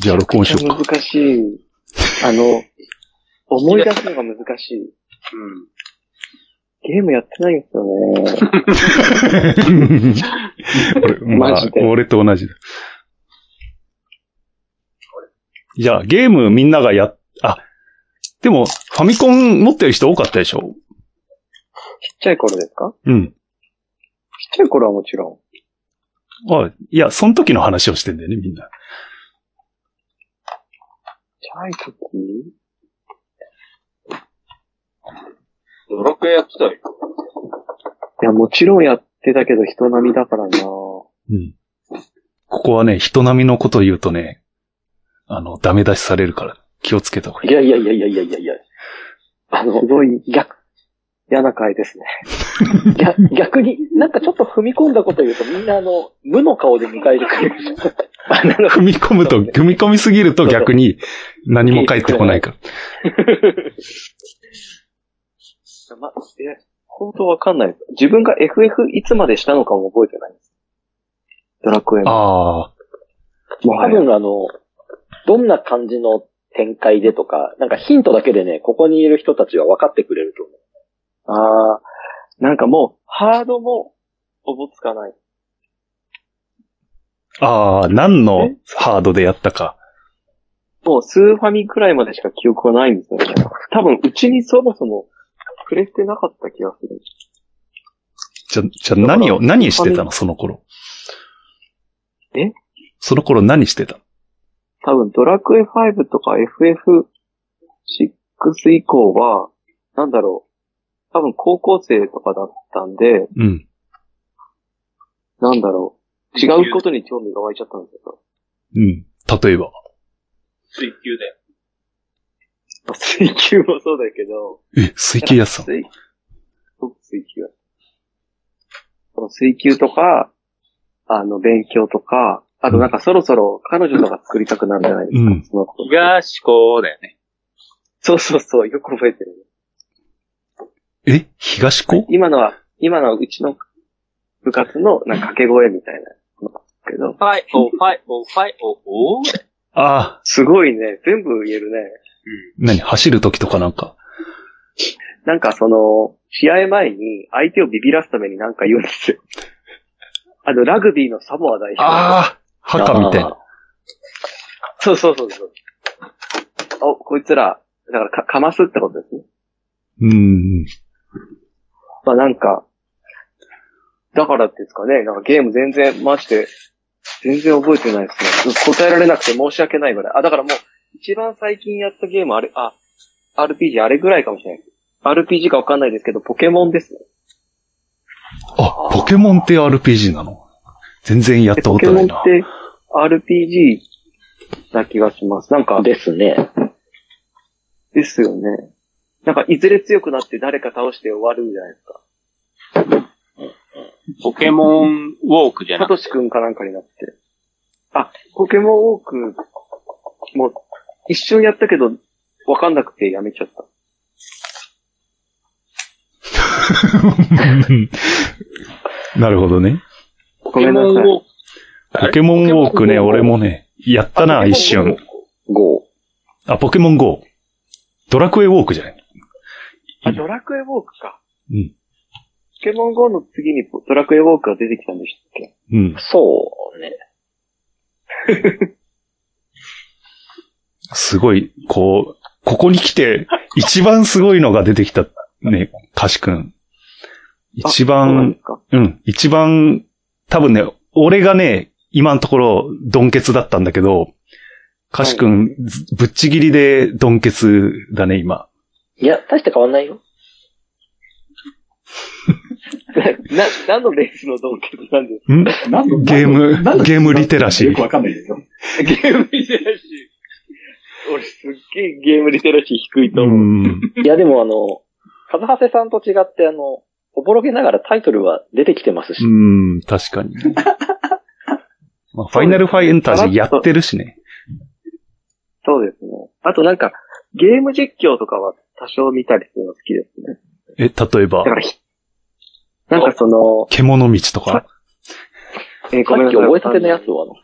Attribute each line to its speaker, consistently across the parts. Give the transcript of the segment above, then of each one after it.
Speaker 1: じゃあ録音しよ うか。
Speaker 2: 難しい。あの、思い出すのが難しい。ゲームやってないんですよね。
Speaker 1: 俺まあ
Speaker 2: マジで
Speaker 1: 俺と同じだ。じゃあ、ゲームみんながや、あ、でも、ファミコン持ってる人多かったでしょ
Speaker 2: ちっちゃい頃ですか
Speaker 1: うん。
Speaker 2: ちっちゃい頃はもちろ
Speaker 1: あ、いや、その時の話をしてんだよね、みんな。
Speaker 2: ん。ちっちゃい時
Speaker 3: ドラクエやってたよ。
Speaker 2: いや、もちろんやってたけど人並みだから
Speaker 1: う
Speaker 2: な
Speaker 1: ん。ここはね、人並みのことを言うとね、あの、ダメ出しされるから、気をつけた方がいい
Speaker 3: いやいやいやいやいやいやいや。
Speaker 2: あの、すごい逆、嫌な回ですね。
Speaker 3: 逆逆に、なんかちょっと踏み込んだこと言うとみんなあの、無の顔で迎えてくれ る。あなるほ
Speaker 1: 踏み込む と、踏み込みすぎると逆に何も返ってこないから。
Speaker 2: どま、いや、本当わかんないです。自分が FF いつまでしたのかも覚えてないです。ドラクエも。
Speaker 1: ああ、
Speaker 2: も
Speaker 3: ど
Speaker 2: は
Speaker 3: 多
Speaker 2: や
Speaker 3: 分あの、どんな感じの展開でとか、なんかヒントだけでね、ここにいる人たちは分かってくれると思う。
Speaker 2: ああ、なんかもう、ハードも、おぼつかない。
Speaker 1: ああ、何のハードでやったか。
Speaker 2: もう、スーファミくらいまでしか記憶はないんですよね。多分、うちにそもそも、触れてなかった気がする。
Speaker 1: じゃ、じゃあ何を、何してたのその頃。
Speaker 2: え
Speaker 1: その頃何してたの
Speaker 2: 多分、ドラクエ5とか FF6 以降は、なんだろう。多分、高校生とかだったんで、
Speaker 1: うん。
Speaker 2: なんだろう。違うことに興味が湧いちゃったんですよ。
Speaker 1: うん。例えば。
Speaker 3: 追求だよ。
Speaker 2: 水球もそうだけど、
Speaker 1: え、水球屋さん。
Speaker 2: 水僕水球。その水球とか、あの、勉強とか、あとなんかそろそろ彼女とか作りたくなるんじゃないですか、
Speaker 1: うん
Speaker 2: その子
Speaker 3: 東高だよね。
Speaker 2: そうそうそう、よく覚えてる。
Speaker 1: え、東高
Speaker 2: 今のは、今のはうちの部活のなんか掛け声みたいなのだけど、
Speaker 3: ファイ、オファイ、オファイ、オ、オー
Speaker 1: ああ、
Speaker 2: すごいね、全部言えるね。
Speaker 1: 何走る時とかなんか。
Speaker 2: なんかその、試合前に相手をビビらすためになんか言うんですよ。あの、ラグビーのサモア代表。
Speaker 1: ああ、墓みたいな。
Speaker 2: そうそうそうそう。お、こいつら、だからか、かますってことですね。
Speaker 1: うん。
Speaker 2: まあなんか、だからですかね、なんかゲーム全然回して、全然覚えてないですね。答えられなくて申し訳ないぐらい。あ、だからもう、一番最近やったゲームあれ、あ、RPG あれぐらいかもしれない。RPG かわかんないですけど、ポケモンですね。
Speaker 1: あ、ポケモンって RPG なの全然やっ
Speaker 2: で
Speaker 1: た
Speaker 2: ポ
Speaker 1: こ
Speaker 2: ケ
Speaker 1: とな
Speaker 2: モン
Speaker 1: い
Speaker 2: っ
Speaker 1: な。
Speaker 2: て RPG な気がします。なんか、
Speaker 3: ですね。
Speaker 2: ですよね。なんか、いずれ強くなって誰か倒して終わるじゃないですか。
Speaker 4: ポケモンウォークじゃ
Speaker 2: サ
Speaker 4: なくて、
Speaker 2: トシくんかなんかになって。あ、ポケモンウォークも一瞬やったけど、わかんなくてやめちゃった。
Speaker 1: なるほどね。
Speaker 3: ポ
Speaker 2: ケモンウォ
Speaker 3: ーク。
Speaker 1: ポケモンウォークね、
Speaker 3: あれ
Speaker 1: 俺もね、やったな、一瞬。。
Speaker 3: 5。
Speaker 1: あ、ポケモン GO。ドラクエウォークじゃない。
Speaker 2: あ、ドラクエウォークか。
Speaker 1: うん。
Speaker 2: ポケモン GO の次にドラクエウォークが出てきたんでしたっけ
Speaker 1: うん。
Speaker 3: そうね。
Speaker 1: すごい、こう、ここに来て、一番すごいのが出てきた、ね、歌詞くん。一
Speaker 2: そうなん
Speaker 1: 番
Speaker 2: ですか。
Speaker 1: うん。一番、多分ね、俺がね、今のところ、ドンケツだったんだけど、カシ君、ずぶっちぎりでドンケツだね、今。
Speaker 3: いや、大して変わんないよ。
Speaker 2: な、何のレースのドンケツなんです
Speaker 1: ん
Speaker 5: 何の
Speaker 1: ゲーム
Speaker 5: 何の
Speaker 1: ゲームリテラシー
Speaker 5: よくわかんないですよ。
Speaker 2: かゲームリテラシー。俺すっげえゲームリテラシー低いと
Speaker 1: う
Speaker 2: 思う。
Speaker 1: ん。
Speaker 3: いや、でもあの、カズハセさんと違って、あの、おぼろげながらタイトルは出てきてますし、
Speaker 1: うん、確かに。まあ、ファイナルファイエンタジーやってるしね。
Speaker 2: そうですね。あとなんか、ゲーム実況とかは多少見たりするの好きですね。
Speaker 1: え、例えば
Speaker 2: だ、からひ、なんかその、
Speaker 1: 獣道とか。
Speaker 2: えー
Speaker 3: さ
Speaker 2: ごめんな
Speaker 3: っき
Speaker 2: さい
Speaker 3: 覚えたてのやつをあの、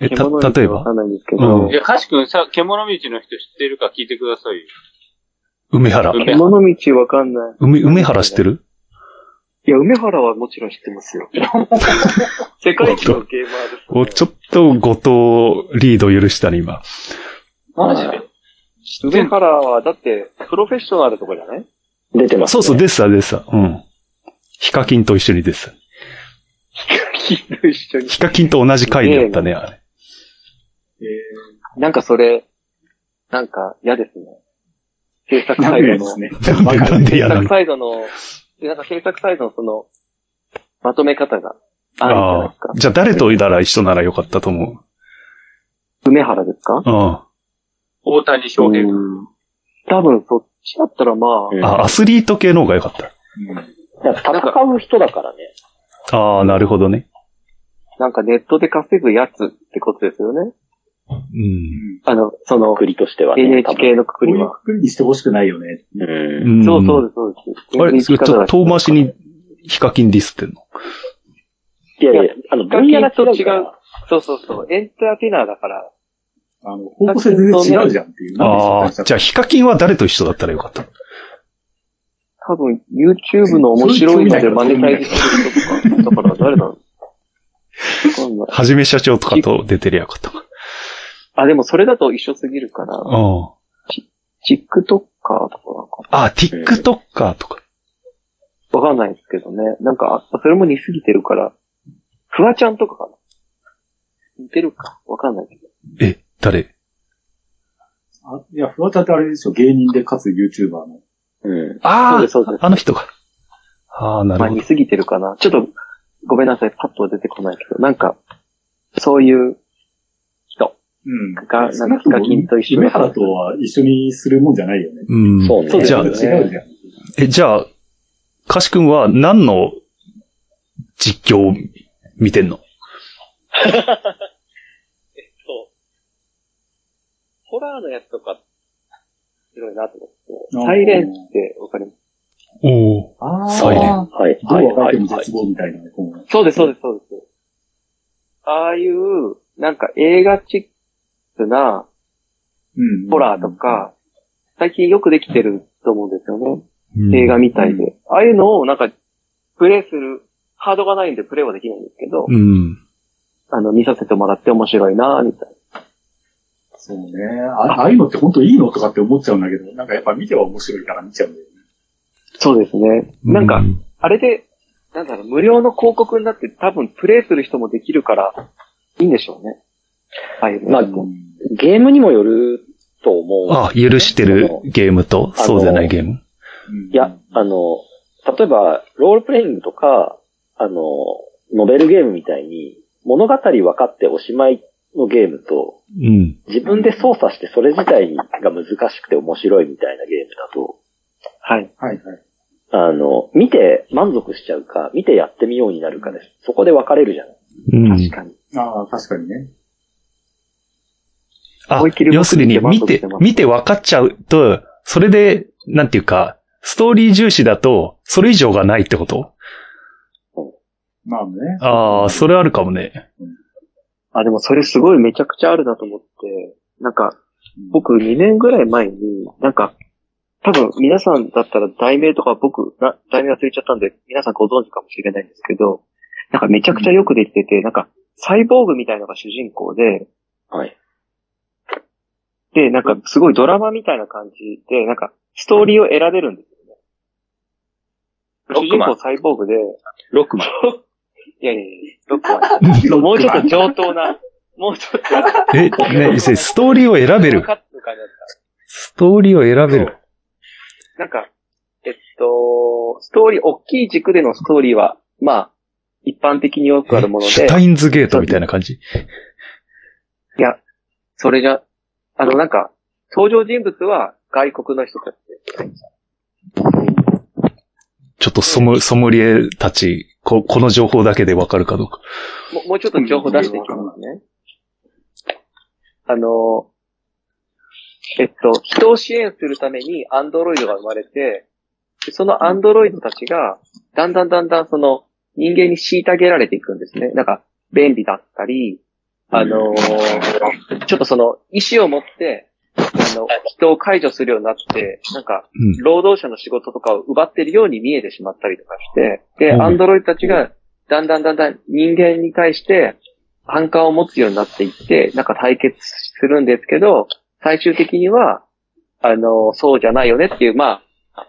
Speaker 1: え、た、例えば
Speaker 2: わかんないんですけ
Speaker 1: う
Speaker 2: ど
Speaker 1: ん
Speaker 3: い、や、かしくんさ、獣道の人知ってるか聞いてくださいよ。
Speaker 1: 梅原。
Speaker 3: 梅
Speaker 2: 獣道わかんない。
Speaker 1: 梅、梅原知ってる
Speaker 2: いや、梅原はもちろん知ってます よ。世界一のゲーマーです、
Speaker 1: お、ちょっと後藤リード許したね、今。
Speaker 3: マジで知って
Speaker 2: 梅
Speaker 3: んの
Speaker 2: 原は、だって、プロフェッショナルとかじゃない
Speaker 6: 出てます、
Speaker 1: そう
Speaker 6: ね。
Speaker 1: そう、でした、でした。うん。ヒカキンと一緒にです。
Speaker 2: ヒカキンと一緒に。
Speaker 1: ヒカキンと同じ回にやったね、あれ。
Speaker 2: なんかそれ、なんか嫌ですね。制作サイドの。
Speaker 1: なんで、なんで
Speaker 2: 制
Speaker 1: やな
Speaker 2: 作
Speaker 1: の
Speaker 2: サイドの、でなんか制作サイドのその、まとめ方があるじゃないですか
Speaker 1: あ。ーじゃあ誰といたら一緒ならよかったと思
Speaker 2: 梅原ですか
Speaker 1: う。うん。
Speaker 3: 大谷翔平君。
Speaker 2: うん多分そっちだったらまあ、
Speaker 3: うん
Speaker 1: あ、アスリート系の方が良かった。
Speaker 6: だから戦う人だからね。
Speaker 1: ああ、なるほどね。
Speaker 2: なんかネットで稼ぐやつってことですよね。
Speaker 1: うん。
Speaker 2: あの、その、
Speaker 6: 国としてはね。
Speaker 2: NHK のくく
Speaker 7: こう
Speaker 2: り
Speaker 7: いう
Speaker 2: は。
Speaker 7: くくりにしてほしくないよね。
Speaker 6: うん。
Speaker 1: うん
Speaker 2: そうそうです、そうです。
Speaker 1: あれ、ちょっと遠回し
Speaker 2: し。
Speaker 1: にヒカキンディスってんの
Speaker 6: いやいや、あの、分野が違うから。
Speaker 2: そうそうそう。エンターテイナーだから。
Speaker 7: あの、方向性全然違うじゃんっていう。
Speaker 1: ああ、じゃあ
Speaker 7: あ、
Speaker 1: ヒカキンは誰と一緒だったらよかった。
Speaker 2: 多分、YouTube の面白いのでマネタイズしてる人とか、だから 誰だろう。わかんない
Speaker 1: はじめ社長とかと出てりゃよかったか。
Speaker 2: あ、でもそれだと一緒すぎるから、
Speaker 1: うん。
Speaker 2: TikToker とかなんか
Speaker 1: あ、TikToker とか。
Speaker 2: なわかんないですけどね。なんか、それも似すぎてるから、フワちゃんとかかな。似てるか。わかんないけど。
Speaker 1: え、誰
Speaker 7: いや、フワちゃんってあれでしょ、芸人でかつ YouTuber の。
Speaker 3: うん。
Speaker 1: あ
Speaker 2: そうですそうで
Speaker 1: あ、あの人が。ああ、な
Speaker 2: す。まあ
Speaker 1: るほ
Speaker 2: 似
Speaker 1: ど。
Speaker 2: すぎてるかな。ちょっと、ごめんなさい。パッとは出てこないけど、なんか、そういう、
Speaker 7: うん
Speaker 2: がなんかヒカキンと一緒
Speaker 7: 梅原とは一緒にするもんじゃないよね。
Speaker 1: うん。
Speaker 6: そうね
Speaker 7: そう
Speaker 1: じゃあ
Speaker 7: 違、うじゃん。
Speaker 1: え、じゃあ、かしくんは何の実況を見てんの
Speaker 2: そう。ホラーのやつとか、いろいろなと思って。
Speaker 7: あー
Speaker 2: サイレンスってわかります
Speaker 1: おお。
Speaker 7: ああ。
Speaker 1: サイレン
Speaker 6: はい、
Speaker 7: ど
Speaker 6: は
Speaker 7: う
Speaker 6: い、
Speaker 7: 若
Speaker 6: はい
Speaker 7: ても
Speaker 6: い。はい
Speaker 7: 絶望みたいなね、この
Speaker 2: そうです、そうです、そうです。ああいう、なんか映画チックな
Speaker 7: うん
Speaker 2: ホラーと。か、最近よくできてると思うんですよね。
Speaker 1: うん
Speaker 2: 映画みたいで。ああいうのをなんか、プレイする、ハードがないんでプレイはできないんですけど、
Speaker 1: うん。
Speaker 2: あの、見させてもらって面白いなぁみたい
Speaker 7: そうね。あああいうのって本当いいのとかって思っちゃうんだけど、なんかやっぱ見ては面白いから見ちゃうんだよね。
Speaker 2: な。そうですね。なん
Speaker 1: う
Speaker 2: か、あれで、なんだろう、無料の広告になって多分プレイする人もできるから、いいんでしょうね。ああいうの。
Speaker 6: まあ
Speaker 7: う
Speaker 6: ゲームにもよると思う。
Speaker 1: あ、許してるゲームと、
Speaker 6: あの
Speaker 1: そうじゃないゲーム。
Speaker 7: ん
Speaker 6: いや、あの、例えば、ロールプレイングとか、あの、ノベルゲームみたいに、物語分かっておしまいのゲームと、
Speaker 1: うん。
Speaker 6: 自分で操作してそれ自体が難しくて面白いみたいなゲームだと、
Speaker 2: はい。
Speaker 7: はいはい。
Speaker 6: あの、見て満足しちゃうか、見てやってみようになるかです。そこで分かれるじゃない。
Speaker 1: うん
Speaker 2: 確。かに。
Speaker 7: ああ、確かにね。
Speaker 1: あ
Speaker 2: 思いっき、り
Speaker 1: 要するに見
Speaker 2: 僕見
Speaker 1: て
Speaker 2: てま、す
Speaker 1: 見て分かっちゃうと、それで、なんていうか、ストーリー重視だと、それ以上がないってこと
Speaker 7: まあね。
Speaker 1: ああ、それあるかもね。
Speaker 2: あ、でもそれすごいめちゃくちゃあるなと思って、なんか、僕2年ぐらい前に、なんか、多分皆さんだったら題名とか僕、な題名忘れちゃったんで、皆さんご存知かもしれないんですけど、なんかめちゃくちゃよくできてて、なんか、サイボーグみたいなのが主人公で、
Speaker 6: はい。
Speaker 2: で、なんかすごいドラマみたいな感じで、なんか、ストーリーを選べるんですよね。
Speaker 3: ロ
Speaker 2: 主
Speaker 3: ック
Speaker 2: 人
Speaker 3: マン
Speaker 2: 公サイボーグで、
Speaker 3: ロックマン。
Speaker 2: いやいやいや、ロックマン もうちょっと上等な、もうちょっと、
Speaker 1: え、ね、せストーリーを選べる。
Speaker 2: カット感じだった。
Speaker 1: ストーリーを選べる。
Speaker 2: なんか、えっと、ストーリー、大きい軸でのストーリーは、まあ、一般的によくあるもの
Speaker 1: シュ
Speaker 2: で
Speaker 1: タ、インズゲートみたいな感じ。
Speaker 2: それじゃ、あの、なんか、登場人物は外国の人たち
Speaker 1: ちょっとソム、ソムリエたち、こ、この情報だけで分かるかどうか。
Speaker 2: で、もうもうちょっと情報出していきますね。あの、えっと、人を支援するためにアンドロイドが生まれて、でそのアンドロイドたちが、だんだんだんだんその人間に虐げられていくんですね。なんか、便利だったり、
Speaker 8: あのーちょっとその、意思を持って、あの、人を解除するようになって、なんか、
Speaker 1: うん。
Speaker 8: 労働者の仕事とかを奪ってるように見えてしまったりとかして、で、
Speaker 1: うん
Speaker 8: アンドロイドたちが、だんだんだんだん人間に対して、反感を持つようになっていって、なんか対決するんですけど、最終的には、あの、そうじゃないよねっていう、まあ、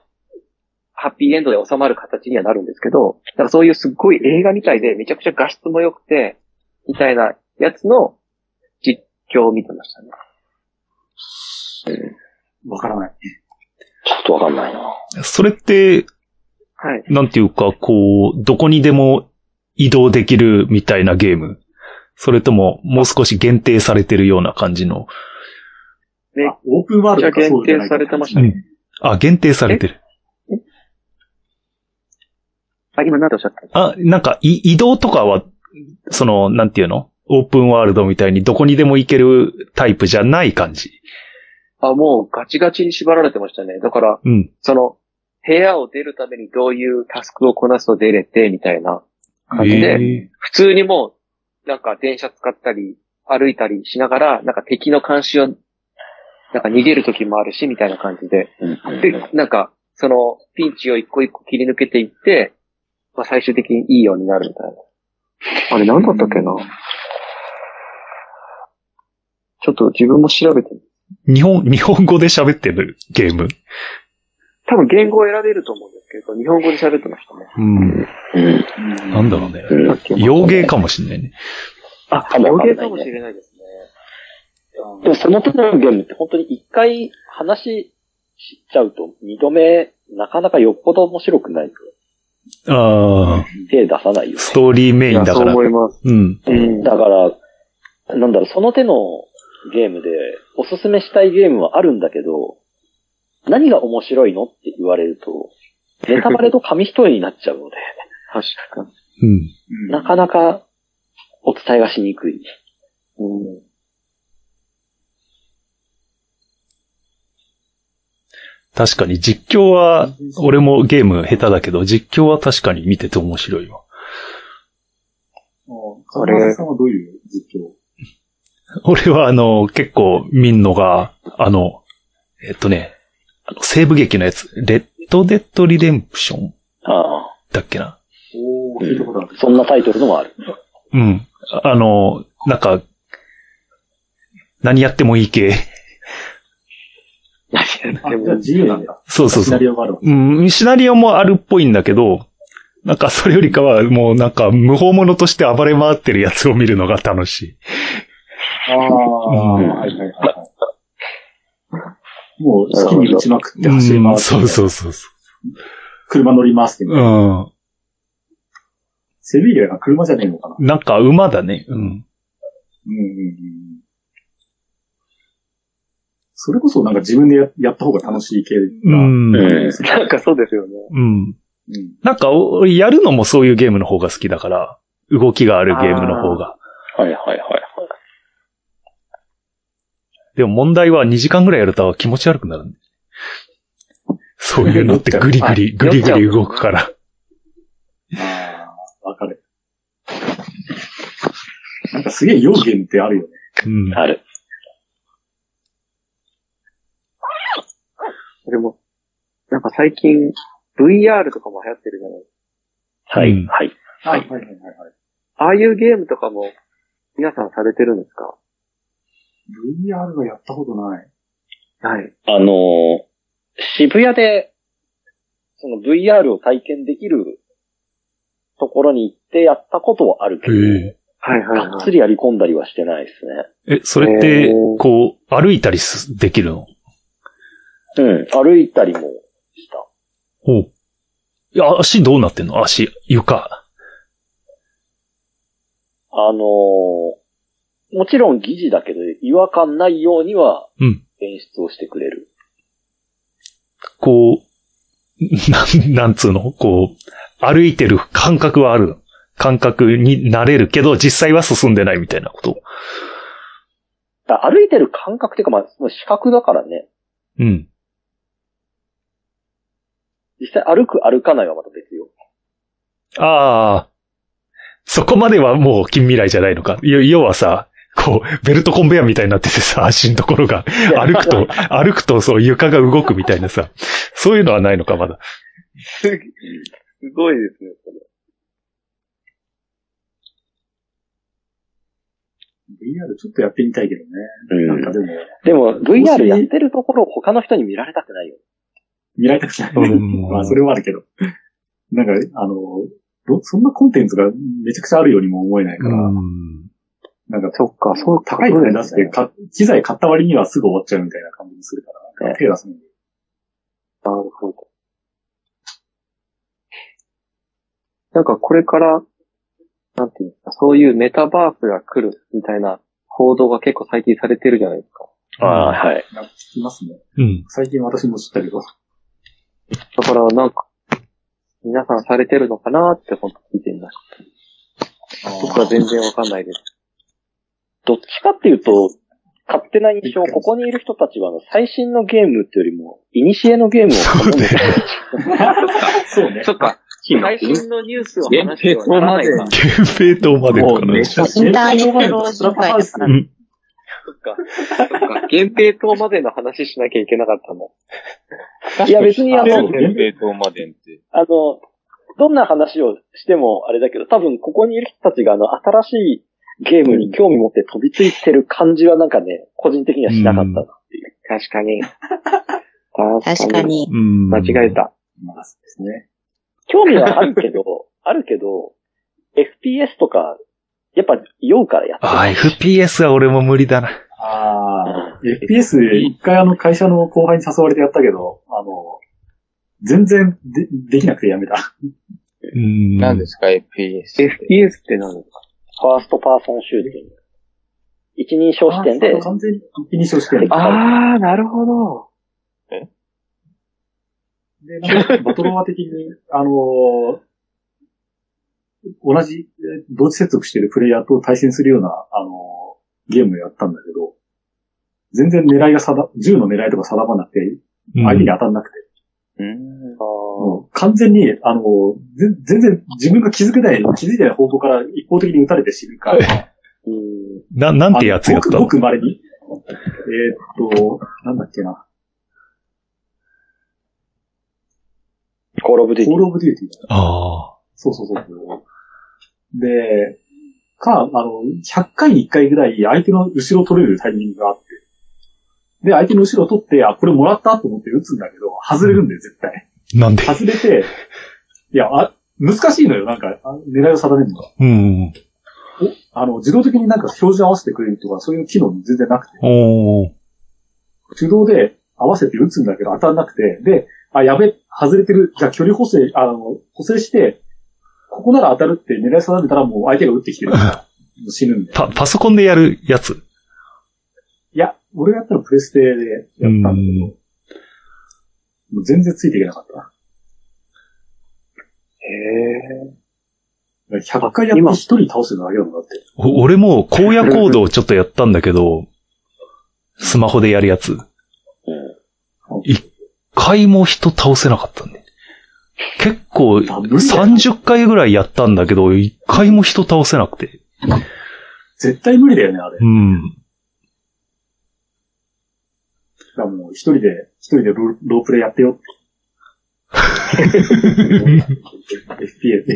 Speaker 8: ハッピーエンドで収まる形にはなるんですけど、なんかそういうすっごい映画みたいで、めちゃくちゃ画質も良くて、みたいなやつの実況を見てましたね。
Speaker 7: わからない。
Speaker 2: ちょっとわかんないな。
Speaker 1: それって、
Speaker 8: はい。
Speaker 1: なんていうか、こう、どこにでも移動できるみたいなゲームそれとも、もう少し限定されてるような感じの。
Speaker 8: で
Speaker 7: あオープンワールドかそうじゃないか
Speaker 8: 限定されてましたね
Speaker 1: あ、限定されてる。
Speaker 8: あ、今何ておっしゃった
Speaker 1: あ、なんか、い移動とかは、その、なんていうのオープンワールドみたいにどこにでも行けるタイプじゃない感じ。
Speaker 8: あ、もうガチガチに縛られてましたね。だから、
Speaker 1: うん。
Speaker 8: その、部屋を出るためにどういうタスクをこなすと出れて、みたいな感じで、
Speaker 1: え
Speaker 8: 普通にもう、なんか電車使ったり、歩いたりしながら、なんか敵の監視を、なんか逃げる時もあるし、みたいな感じで。で、なんか、その、ピンチを一個一個切り抜けていって、まあ最終的にいいようになるみたいな。あれ何だったっけなちょっと自分も調べて
Speaker 1: 日本、日本語で喋ってるゲーム。
Speaker 8: 多分言語を選べると思うんですけど、日本語で喋ってましたね。
Speaker 1: うん。
Speaker 2: うん。
Speaker 1: なんだろうね。
Speaker 2: うん
Speaker 1: 洋芸かもしんないね。
Speaker 8: あ、
Speaker 2: も
Speaker 8: 余
Speaker 2: わかんないね
Speaker 8: 計かもしれないですね。
Speaker 2: でもその手のゲームって本当に一回話しちゃうと二度目なかなかよっぽど面白くないよ。
Speaker 1: ああ、
Speaker 2: 手出さないよ、ね。
Speaker 1: ストーリーメインだ
Speaker 8: そ
Speaker 1: か
Speaker 8: う
Speaker 1: ら。
Speaker 8: 思います。
Speaker 1: うん。
Speaker 8: うん
Speaker 2: だから、なんだろう、その手のゲームでおすすめしたいゲームはあるんだけど、何が面白いのって言われると、ネタバレと紙一重になっちゃうので、
Speaker 8: 確かに。
Speaker 1: うん。
Speaker 2: なかなかお伝えがしにくい。
Speaker 8: うん
Speaker 1: 確かに実況は、俺もゲーム下手だけど、実況は確かに見てて面白いわ。
Speaker 7: それ。さんはどういう実況
Speaker 1: 俺はあの、結構見んのが、あの、えっとね、あの西部劇のやつ、レッドデッドリデンプション
Speaker 2: ああ、
Speaker 1: だっけな。
Speaker 7: おー、聞いたことある。
Speaker 2: そんなタイトルのもある。
Speaker 1: うん。ああの、なんか、何やってもいい系。
Speaker 7: あ、じゃあ自由なんだ。
Speaker 1: そうそうそ
Speaker 7: シナ
Speaker 1: う。
Speaker 7: リオがあるわ。
Speaker 1: うん、シナリオもあるっぽいんだけど、なんかそれよりかはもうなんか無法者として暴れ回ってるやつを見るのが楽しい。
Speaker 7: ああ、
Speaker 1: うん
Speaker 7: はいはいはいはい。もう好きに打ちまくって走り
Speaker 1: う
Speaker 7: 回っ
Speaker 1: ん
Speaker 7: て。
Speaker 1: そうそうそうそ
Speaker 7: 車乗り回してみ
Speaker 1: う。
Speaker 7: たいな。
Speaker 1: うん。
Speaker 7: セビーヤが車じゃねえのかな。
Speaker 1: なんか馬だね。うん。
Speaker 7: うんうんうん。それこそなんか自分でややった方が楽しい系
Speaker 1: う
Speaker 7: が。
Speaker 1: ん。
Speaker 2: え
Speaker 8: なんかそうですよね。
Speaker 1: うん。
Speaker 7: うん
Speaker 1: なんか、おやるのもそういうゲームの方が好きだから、動きがあるゲームの方が。
Speaker 2: はいはいはいはい。
Speaker 1: でも問題は2時間ぐらいやると気持ち悪くなるんで。そういうのってグリグリ、
Speaker 8: あ
Speaker 1: グリグリ動くから。
Speaker 7: ああ、わかる。なんかすげえ要件ってあるよね。
Speaker 1: うん。
Speaker 2: ある。
Speaker 8: でも、なんか最近、VR とかも流行ってるじゃない
Speaker 2: はい、
Speaker 1: うん
Speaker 2: はい。
Speaker 7: はいはいはいはい。
Speaker 8: ああいうゲームとかも、皆さんされてるんですか
Speaker 7: VR はやったことない。
Speaker 8: はい。
Speaker 2: あのー渋谷で、その VR を体験できるところに行ってやったことはあるけど、
Speaker 1: へ
Speaker 8: はいは
Speaker 2: がっ
Speaker 8: いは
Speaker 2: つ
Speaker 8: い。
Speaker 2: りやり込んだりはしてないです
Speaker 1: え、それって
Speaker 8: へー、
Speaker 1: こう、歩いたりすできるの
Speaker 2: ね。うん。歩いたりもした。
Speaker 1: ほう。いや、足どうなってんの足、床。
Speaker 2: あのーもちろん疑似だけど、違和感ないようには
Speaker 1: うん、
Speaker 2: 演出をしてくれる。
Speaker 1: こう、 なん、なんつうのこう、歩いてる感覚はあるの。感覚になれるけど、実際は進んでないみたいなこと。
Speaker 2: だから歩いてる感覚っていうか、まあ、その視覚だからね。
Speaker 1: うん。
Speaker 2: 実際歩く歩かないはまた別よ。
Speaker 1: ああ。そこまではもう近未来じゃないのか。よ要はさ、こう、ベルトコンベヤーみたいになっててさ、 足のところが、 歩 く と、歩くとそう床が動くみたいなさ、そういうのはないのか、まだ。
Speaker 8: すげすごいですね、それ
Speaker 7: VR ちょっとやってみたいけどね。
Speaker 2: う
Speaker 7: なん
Speaker 2: ん
Speaker 7: かでも、
Speaker 2: でも、VR やってるところを他の人に見られたくないよ。
Speaker 7: 見られたくない。
Speaker 1: うん
Speaker 7: まあ、それはあるけど。なんか、あの、どそんなコンテンツがめちゃくちゃあるようにも思えないから、
Speaker 1: うん。
Speaker 7: なんか、
Speaker 8: そっか、そう、
Speaker 7: 高い
Speaker 8: そう
Speaker 7: 金
Speaker 8: で
Speaker 7: 出し
Speaker 8: す
Speaker 7: て
Speaker 8: ね。
Speaker 7: か、機材買った割にはすぐ終わっちゃうみたいな感じにするから、
Speaker 2: ね
Speaker 7: 手出すのに。
Speaker 8: なるほど。なんかこれから、なんていうんですか、そういうメタバースが来るみたいな報道が結構最近されてるじゃないですか。
Speaker 1: ああ
Speaker 2: はい。
Speaker 7: なんか聞きますね。
Speaker 1: うん。
Speaker 7: 最近私も知ったけど、
Speaker 8: だからなんか、皆さんされてるのかなって本当聞いてみました。僕は全然わかんないです。
Speaker 2: どっちかっていうと、勝手な印象、ここにいる人たちはあの最新のゲームっていうよりも、古のゲームを 好む人たち
Speaker 7: そうね。
Speaker 3: そっか。
Speaker 8: 最新のニュースを話してはならないか。
Speaker 1: 憲兵党までか
Speaker 7: もう
Speaker 1: な
Speaker 7: めっ。ちゃ
Speaker 9: インターネット老人会だから
Speaker 1: う。ん。
Speaker 8: 原平等までの話しなきゃいけなかったの。
Speaker 2: いや別にあの
Speaker 3: 天平島までって。
Speaker 2: あの、どんな話をしてもあれだけど、多分ここにいる人たちがあの、新しいゲームに興味持って飛びついてる感じはなんかね、個人的にはしなかったなっていう。
Speaker 8: 確かに。
Speaker 9: 確か。に。
Speaker 1: うん。
Speaker 8: 間違え。た。
Speaker 7: まあ、そうですね。
Speaker 2: 興味はあるけど、 あるけど、FPS とか、やっぱ酔うからやって
Speaker 1: ああ、
Speaker 2: る。
Speaker 1: FPS は俺も無理だな。
Speaker 7: ああ、FPS 一回あの会社の後輩に誘われてやったけど、あの、全然でできなくてやめた。
Speaker 1: うん。
Speaker 3: 何ですか、FPS って。
Speaker 8: FPS って何ですか
Speaker 2: ファーストパーソンシューティング。一人称視点で、
Speaker 7: 完全に一気に消してる。
Speaker 8: あー、なるほど。
Speaker 7: で、なんか、バトロワ的に、 あのー同じ、え同時接続してるプレイヤーと対戦するような、あのーゲームをやったんだけど、全然狙いが定、銃の狙いとか定まなくて、
Speaker 1: うん
Speaker 7: 相手に当たんなくて、
Speaker 3: うん。
Speaker 7: もう完全に、あのーぜ全然自分が気づけない、気づいてない方向から一方的に撃たれて死ぬから、
Speaker 1: な、 なんてやつやっ
Speaker 7: あ
Speaker 1: た
Speaker 7: の
Speaker 1: の
Speaker 7: ごくごく稀に。えーっと、なんだっけな。
Speaker 2: コールオブディ
Speaker 7: コ
Speaker 2: テ
Speaker 7: ールオブデューティーだ
Speaker 1: あ
Speaker 7: そうそうそうそう。で、か、あの、100回に1回ぐらい相手の後ろを取れるタイミングがあって、で、相手の後ろを取って、あ、これもらったと思って打つんだけど、外れるんだよ、絶対。
Speaker 1: あ。なんで
Speaker 7: 外れて、いや、あ、難しいのよ、なんか、あ狙いを定めるのが。
Speaker 1: うん。
Speaker 7: あの、自動的になんか表示合わせてくれるとか、そういう機能全然なくて、
Speaker 1: おー。
Speaker 7: 手動で合わせて打つんだけど当たんなくて、で、あ、やべ、外れてる、じゃあ距離補正、あの、補正して、ここなら当たるって狙い定めたらもう相手が打ってきてるから、もう死ぬんで。
Speaker 1: パ、パソコンでやるやつ。
Speaker 7: いや、俺がやったらプレステでやったんだ
Speaker 1: う
Speaker 7: け
Speaker 1: ん
Speaker 7: ど、もう全然ついていけなかった。
Speaker 8: へ
Speaker 7: 100回やって1人倒してるだけなんだって。
Speaker 1: お俺も荒野行動をちょっとやったんだけど、スマホでやるやつ。一回も人倒せなかったね。結構、
Speaker 7: ダブルだよ
Speaker 1: 30回ぐらいやったんだけど、一回も人倒せなくて。
Speaker 7: 絶対無理だよね、あれ。だ
Speaker 1: うん。
Speaker 7: からもう一人で、一人でロロープレイやってよって。FPS、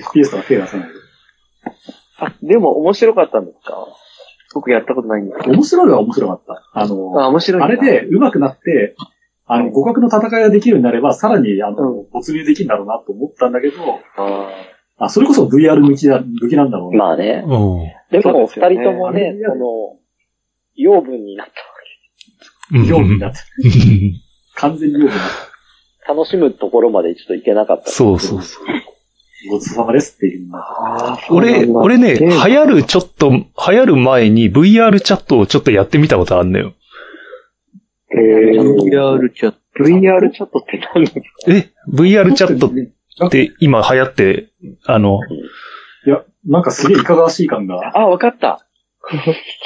Speaker 7: FPS とか手出さない
Speaker 8: あ、でも面白かったんですか僕やったことないんですけ
Speaker 7: で。面白いは面白かった。あの、
Speaker 8: ど。あ、面白いんだ
Speaker 7: あれ、で上手くなって、あの、互角の戦いができるようになれば、さらに、あの、没入できるんだろうなと思ったんだけど、あ、それこそ VR 向きだ、向きなんだろうな。
Speaker 2: まあね。
Speaker 1: うん
Speaker 2: で
Speaker 8: そう
Speaker 2: も、二
Speaker 8: ですよね
Speaker 2: 人ともね、その、養分になったわ
Speaker 1: うん。
Speaker 7: ようになって、
Speaker 1: うん
Speaker 7: 完全にようになって、
Speaker 2: け。楽しむところまでちょっといけなかった。
Speaker 1: そうそうそう。
Speaker 7: ごちそうさまですっていうのが
Speaker 8: あー
Speaker 1: 俺、俺ね、流
Speaker 8: ゲーム
Speaker 1: 行るちょっと、流行る前に VR チャットをちょっとやってみたことあんのよ。
Speaker 8: へー
Speaker 3: VR チャット。
Speaker 8: VR チャットって何ですか
Speaker 1: え、VR チャットって今流行って、あの、
Speaker 7: いや、なんかすげえいかがわしい感が。
Speaker 8: あ、わかった。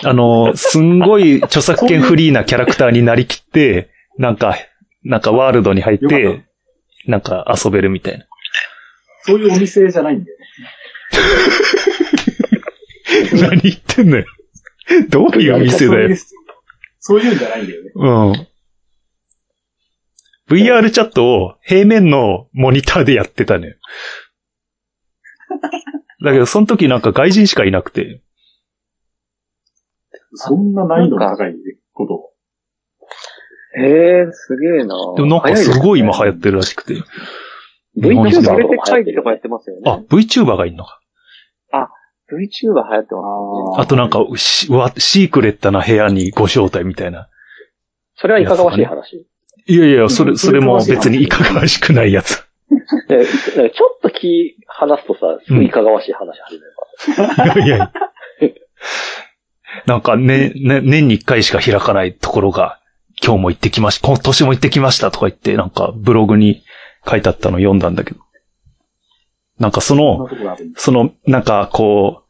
Speaker 1: あの、すんごい著作権フリーなキャラクターになりきって、なんか、なんかワールドに入っ、
Speaker 7: よかって
Speaker 1: なんか遊べるみたいな。
Speaker 7: そういうお店じゃないんだよね。
Speaker 1: 何言ってんのよ。どういう店だよ。
Speaker 7: そういうんじゃないんだよね。
Speaker 1: うん。VR チャットを平面のモニターでやってたね。だけど、その時なんか外人しかいなくて。
Speaker 7: そんな難易度の高いことを。
Speaker 8: へえ、すげえな
Speaker 1: でもなんかすごい今流行ってるらしくて。日本
Speaker 8: VTuber
Speaker 1: 人
Speaker 8: 連
Speaker 1: だ
Speaker 8: れて会議とかやってますよ
Speaker 1: あ
Speaker 8: ね。、
Speaker 1: VTuber がいるのか。
Speaker 8: VTuber 流行ってます。
Speaker 1: あとなんか、しわシークレットな部屋にご招待みたいな。
Speaker 2: それはいかがわしい話。
Speaker 1: いやいや、そうれ、
Speaker 7: ん
Speaker 1: それも別にいかがわしくないやつ。
Speaker 2: でなんかちょっと気話すとさ、すぐいかがわしい話始めるか
Speaker 1: いやいや。なんかね、ね、年に一回しか開かないところが、今日も行ってきまし、今年も行ってきましたとか言って、なんかブログに書いてあったの読んだんだけど。なんかそ
Speaker 7: そん
Speaker 1: の、
Speaker 7: なとこがあるんだ。
Speaker 1: その、なんかこう、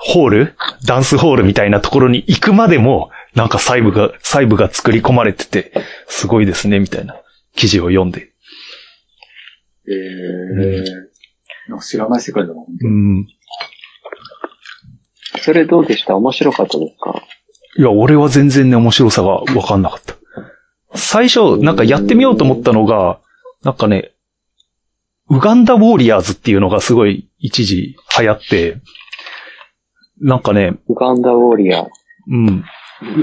Speaker 1: ホールダンスホールみたいなところに行くまでも、なんか細部が、細部が作り込まれてて、すごいですね、みたいな記事を読んで。
Speaker 7: えー、なんか知らない世界だな、本当
Speaker 1: う
Speaker 7: に。
Speaker 1: ん。
Speaker 8: それどうでした面白かったですか
Speaker 1: いや、俺は全然ね、面白さがわかんなかった。最初、なんかやってみようと思ったのが、なんかね、ウガンダウォーリアーズっていうのがすごい一時流行って、なんかね、
Speaker 8: ウガンダウォーリアー。
Speaker 1: うん。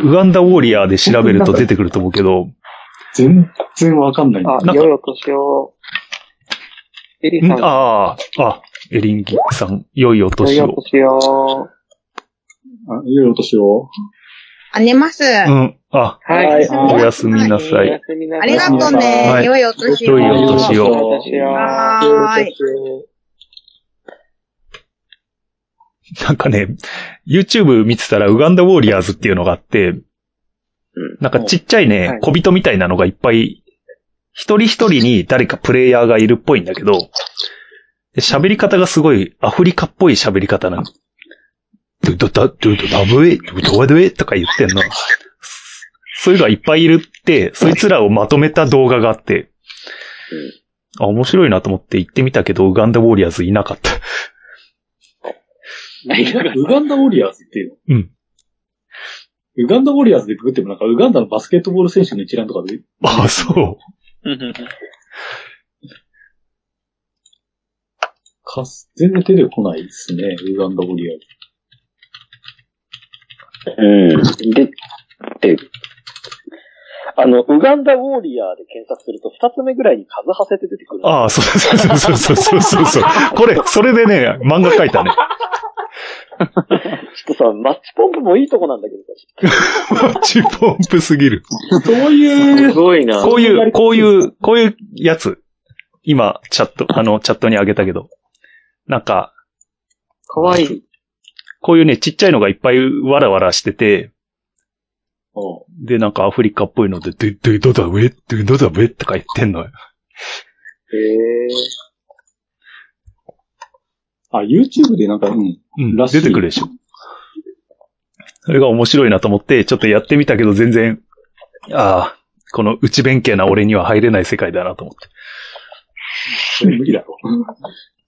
Speaker 1: ウガンダウォーリアーで調べると出てくると思うけど、
Speaker 7: 全然わかんないんだ。
Speaker 8: あ、
Speaker 1: なんか
Speaker 8: いよいよ年を、エリ
Speaker 1: ん
Speaker 8: さん、
Speaker 1: ああ、あ、エリンギさん、良いお
Speaker 8: いよい
Speaker 1: 年
Speaker 8: よ
Speaker 1: を。
Speaker 8: 年を。
Speaker 7: あいよいよ年を。
Speaker 9: あげます。
Speaker 1: うん、あ、
Speaker 8: はい。
Speaker 2: はい
Speaker 1: おやすみな
Speaker 8: お
Speaker 1: さ
Speaker 8: や
Speaker 1: い。
Speaker 8: すみな
Speaker 9: あ
Speaker 8: さい。
Speaker 9: りがとうね。
Speaker 1: はい
Speaker 9: 良いお年を。
Speaker 1: 良いお年を
Speaker 8: 良いお年を
Speaker 9: はーい。
Speaker 1: なんかね、YouTube 見てたらウガンダウォーリアーズっていうのがあって、なんかちっちゃい
Speaker 8: は
Speaker 1: ね
Speaker 8: い、
Speaker 1: 小人みたいなのがいっぱい、一人一人に誰かプレイヤーがいるっぽいんだけど、で喋り方がすごいアフリカっぽい喋り方なの。ドゥドダ、ドゥドダブエ、ドゥドワドエとか言ってんの。そういうのがいっぱいいるって、そいつらをまとめた動画があって、あ、面白いなと思って行ってみたけど、ウガンダウォーリアーズいなかった。
Speaker 7: ウガンダウォリアーズっていうの
Speaker 1: うん。
Speaker 7: ウガンダウォリアーズでググってもなんか、ウガンダのバスケットボール選手の一覧とかで、
Speaker 1: あ、そう。
Speaker 7: かす、全然出てこないですね、ウガンダウォリアーズ。
Speaker 2: ら。うん。で、で、あの、ウガンダウォーリアーで検索すると、二つ目ぐらいに数ハセって出てくる。
Speaker 1: ああ、そうそうそうそうそうそうそう。これ、それでね、漫画描いたね。
Speaker 2: ちょっとさ、マッチポンプもいいとこなんだけどさ。
Speaker 1: マッチポンプすぎる。
Speaker 7: そういう、
Speaker 2: すごいな
Speaker 1: こういう、こういう、こういうやつ。今、チャット、あの、チャットにあげたけど。なんか、
Speaker 8: かわいい。
Speaker 1: こういうね、ちっちゃいのがいっぱいわらわらしてて、
Speaker 7: うん
Speaker 1: で、なんかアフリカっぽいので、ドゥドゥドダウェ、ドゥドダウェとか言ってんのよ。
Speaker 8: へえ。
Speaker 7: あ、YouTube でなんか、うん。
Speaker 1: うん、
Speaker 7: らしい
Speaker 1: 出てくるでしょ。それが面白いなと思って、ちょっとやってみたけど全然、ああ、この内弁慶な俺には入れない世界だなと思って。
Speaker 7: それ無理だろ。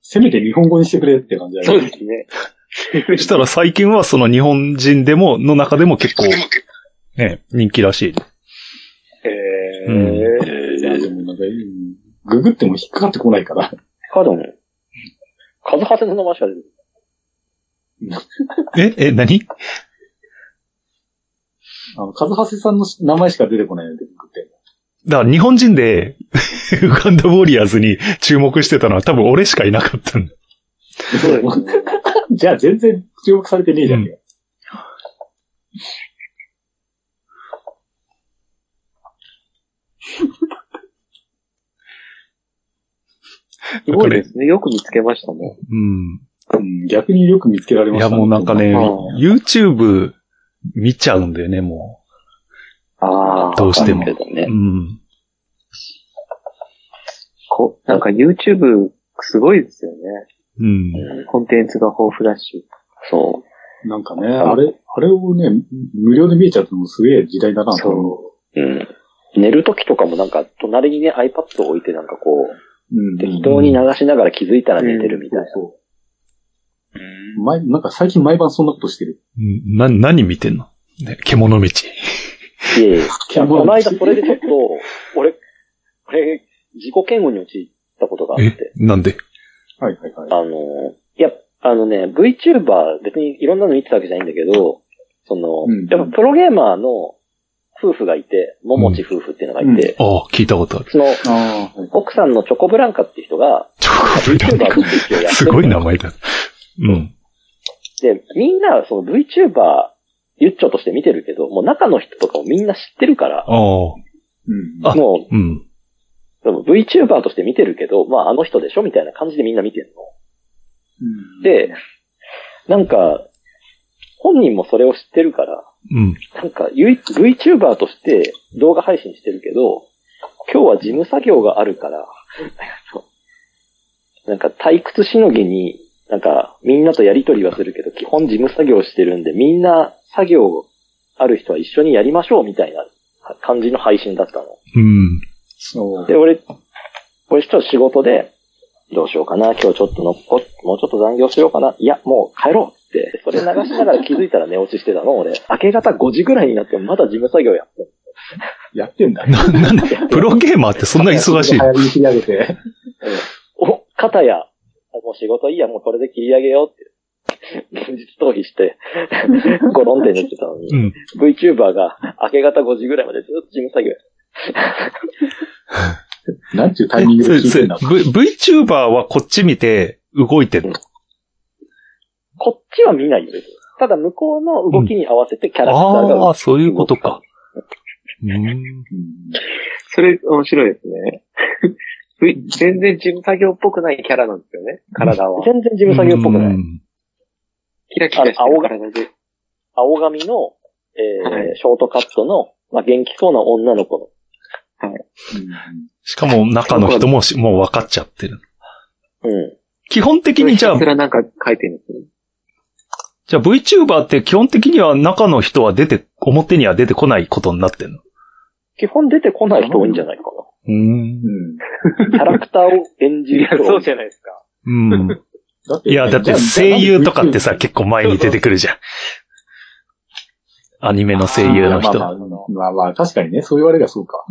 Speaker 7: せめて日本語にしてくれって感じだ
Speaker 8: そう
Speaker 7: よ
Speaker 8: で
Speaker 7: ね。
Speaker 8: すね。
Speaker 1: そしたら最近はその日本人でも、の中でも結構、ね、人気らしい。
Speaker 8: へ
Speaker 1: う
Speaker 8: え。
Speaker 7: いや、でもなんか、うんググっても引っかかってこないから。
Speaker 2: カードも。数ハセの名前しか出てこない。
Speaker 1: え、え、何
Speaker 7: あの、カズハセさんの名前しか出てこないので、ググって。
Speaker 1: だから日本人で、 ウガンダウォリアーズに注目してたのは多分俺しかいなかったんだ。
Speaker 8: そうです ね。
Speaker 7: じゃあ全然注目されてねえじゃんけ。
Speaker 8: すごいですね。よく見つけましたね。
Speaker 1: うん。
Speaker 7: うん、逆によく見つけられま
Speaker 1: い
Speaker 7: した
Speaker 1: や、
Speaker 7: ね、
Speaker 1: もうなんかね
Speaker 8: う、
Speaker 1: YouTube 見ちゃうんだよね、も
Speaker 8: ああ。
Speaker 1: どうしても
Speaker 2: わかんないけど
Speaker 1: う。う
Speaker 2: ね。
Speaker 1: ん。
Speaker 8: こなんか YouTube すごいですよ
Speaker 1: うん。
Speaker 8: ね。コンテンツが豊富だし。
Speaker 2: そ
Speaker 7: なんかね、あれ、あれをね、無料で見えちゃうのもすげえ時代だなと思
Speaker 2: う。うん。寝る時とかもなんか、隣にね、iPad を置いてなんかこう、
Speaker 7: う。うん。
Speaker 2: 適当に流しながら気づいたら寝てるみたいな。
Speaker 7: そう毎、なんか最近毎晩そんなことしてる。
Speaker 1: んな、何見てんのね、獣道。
Speaker 2: いえいえ。いやこの間それでちょっと、俺、俺、自己嫌悪に陥ったことがあっ
Speaker 1: え
Speaker 2: て。、
Speaker 1: なんで
Speaker 7: はいはいはい。
Speaker 2: あの、いや、あのね、VTuber、別にいろんなの見てたわけじゃないんだけど、その、
Speaker 7: うん
Speaker 2: やっぱプロゲーマーの夫婦がいて、ももち夫婦っていうのがいて、
Speaker 1: ああ、聞いたことある。
Speaker 2: その、
Speaker 7: ああ、はい。
Speaker 2: 奥さんのチョコブランカっていう人が、
Speaker 1: チョコブラン
Speaker 2: VTuber
Speaker 1: カ。
Speaker 2: の研究をやって
Speaker 1: す
Speaker 2: る
Speaker 1: ごい名前だ。うん。
Speaker 2: で、みんな、その VTuber、ゆっちょとして見てるけど、もう中の人とかもみんな知ってるから、
Speaker 1: ああ、
Speaker 7: うん。
Speaker 1: あ
Speaker 2: も
Speaker 1: うん。
Speaker 2: う、その VTuber として見てるけど、まああの人でしょみたいな感じでみんな見てるの。
Speaker 7: うん、
Speaker 2: で、なんか、本人もそれを知ってるから、
Speaker 1: うん。
Speaker 2: なんか、ゆい VTuber として動画配信してるけど、今日は事務作業があるから、 なんか退屈しのぎに、なんかみんなとやりとりはするけど、基本事務作業してるんで、みんな作業ある人は一緒にやりましょうみたいな感じの配信だったの。
Speaker 1: うん。
Speaker 7: そう。
Speaker 2: で、俺、俺ちょっと仕事で、どうしようかな、今日ちょっとのこもうちょっと残業しようかな、いや、もう帰ろうって、それ流しながら気 づいたら寝落ちしてたの、俺。明け方5時ぐらいになってもまだ事務作業やってる
Speaker 7: やってんだ。
Speaker 1: な、なん で、プロゲーマーってそんな忙しい
Speaker 7: 流行りに切り上げ て。
Speaker 2: お、片や、あもう仕事いいや、もうこれで切り上げようって。現実逃避して、 ゴロンって寝てたのに、
Speaker 1: うん
Speaker 2: VTuber が明け方5時ぐらいまでずっと事務作業やって
Speaker 7: なんちゅうタイミングで聞いてんだ。
Speaker 1: V- VTuber はこっち見て動いてるの。
Speaker 2: こっちは見ないよ。ただ向こうの動きに合わせてキャラクター
Speaker 1: あ
Speaker 2: が
Speaker 1: あ、そういうこと か。うん。
Speaker 7: うん
Speaker 8: それ面白いですね。V- 全然事務作業っぽくないキャラなんですよね。体は。
Speaker 2: 全然事務作業っぽくない。
Speaker 1: うん
Speaker 8: キラキラ して
Speaker 2: あの青
Speaker 8: る
Speaker 2: が
Speaker 8: 体で。
Speaker 2: 青髪の、えー
Speaker 8: はい
Speaker 2: ショートカットの、まあ、元気そうな女の子の。
Speaker 1: しかも中の人もしもう分かっちゃってる。
Speaker 2: うん。
Speaker 1: 基本的にじゃあ
Speaker 8: ひたす、らなんか書いてるんですね。
Speaker 1: じゃあ VTuber って基本的には中の人は出て、表には出てこないことになってんの。
Speaker 2: 基本出てこない人多いんじゃないかな。
Speaker 1: うん
Speaker 7: う。ん。
Speaker 2: キャラクターを演じ
Speaker 8: い
Speaker 2: る
Speaker 8: や、
Speaker 2: 人
Speaker 8: そ
Speaker 2: 多
Speaker 8: う
Speaker 2: い
Speaker 8: じゃないですか。
Speaker 1: うん。
Speaker 7: だって
Speaker 1: いや、だって声優とかってさ、結構前に出てくるじゃん。アニメの声優の
Speaker 7: まあ
Speaker 1: 人。
Speaker 7: まあ、まあまあ、確かにね、そう言われりゃそうか。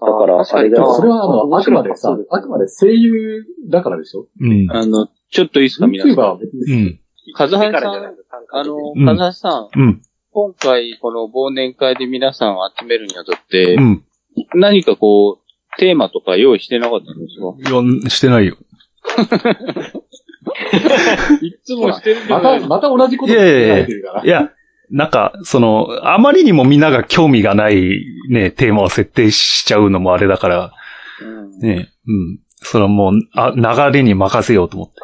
Speaker 2: だから
Speaker 8: 確か
Speaker 2: あれ
Speaker 8: に
Speaker 2: だ
Speaker 7: で
Speaker 2: よ
Speaker 7: もそれはあの、
Speaker 8: 面
Speaker 7: あく
Speaker 8: 白
Speaker 7: ま
Speaker 8: い
Speaker 7: でさ
Speaker 8: そうす、
Speaker 7: あくまで声優だからでしょ
Speaker 1: うん。
Speaker 3: あの、ちょっといいですか、皆さ
Speaker 7: ?YouTuber
Speaker 3: ん。
Speaker 7: は別
Speaker 1: う
Speaker 7: に、
Speaker 1: ん。
Speaker 3: カズハ
Speaker 8: か
Speaker 3: ヤさ
Speaker 8: ら
Speaker 3: ん
Speaker 8: じゃないですか。
Speaker 3: あ
Speaker 8: あ
Speaker 3: の
Speaker 8: の、
Speaker 1: うん、
Speaker 3: 風橋さん、
Speaker 1: うん。
Speaker 3: 今回、この忘年会で皆さんを集めるにあたって
Speaker 1: う、ん。
Speaker 3: 何かこう、テーマとか用意してなかったんですか
Speaker 1: いや、してないよ。
Speaker 3: いつもしてるけ
Speaker 7: ま
Speaker 3: ど、
Speaker 7: た、また同じこと考えてるから
Speaker 1: い。や、なんか、その、あまりにもみんなが興味がないね、テーマを設定しちゃうのもあれだから、
Speaker 3: うん
Speaker 1: ね、うん。それはもう、あ、流れに任せようと思って。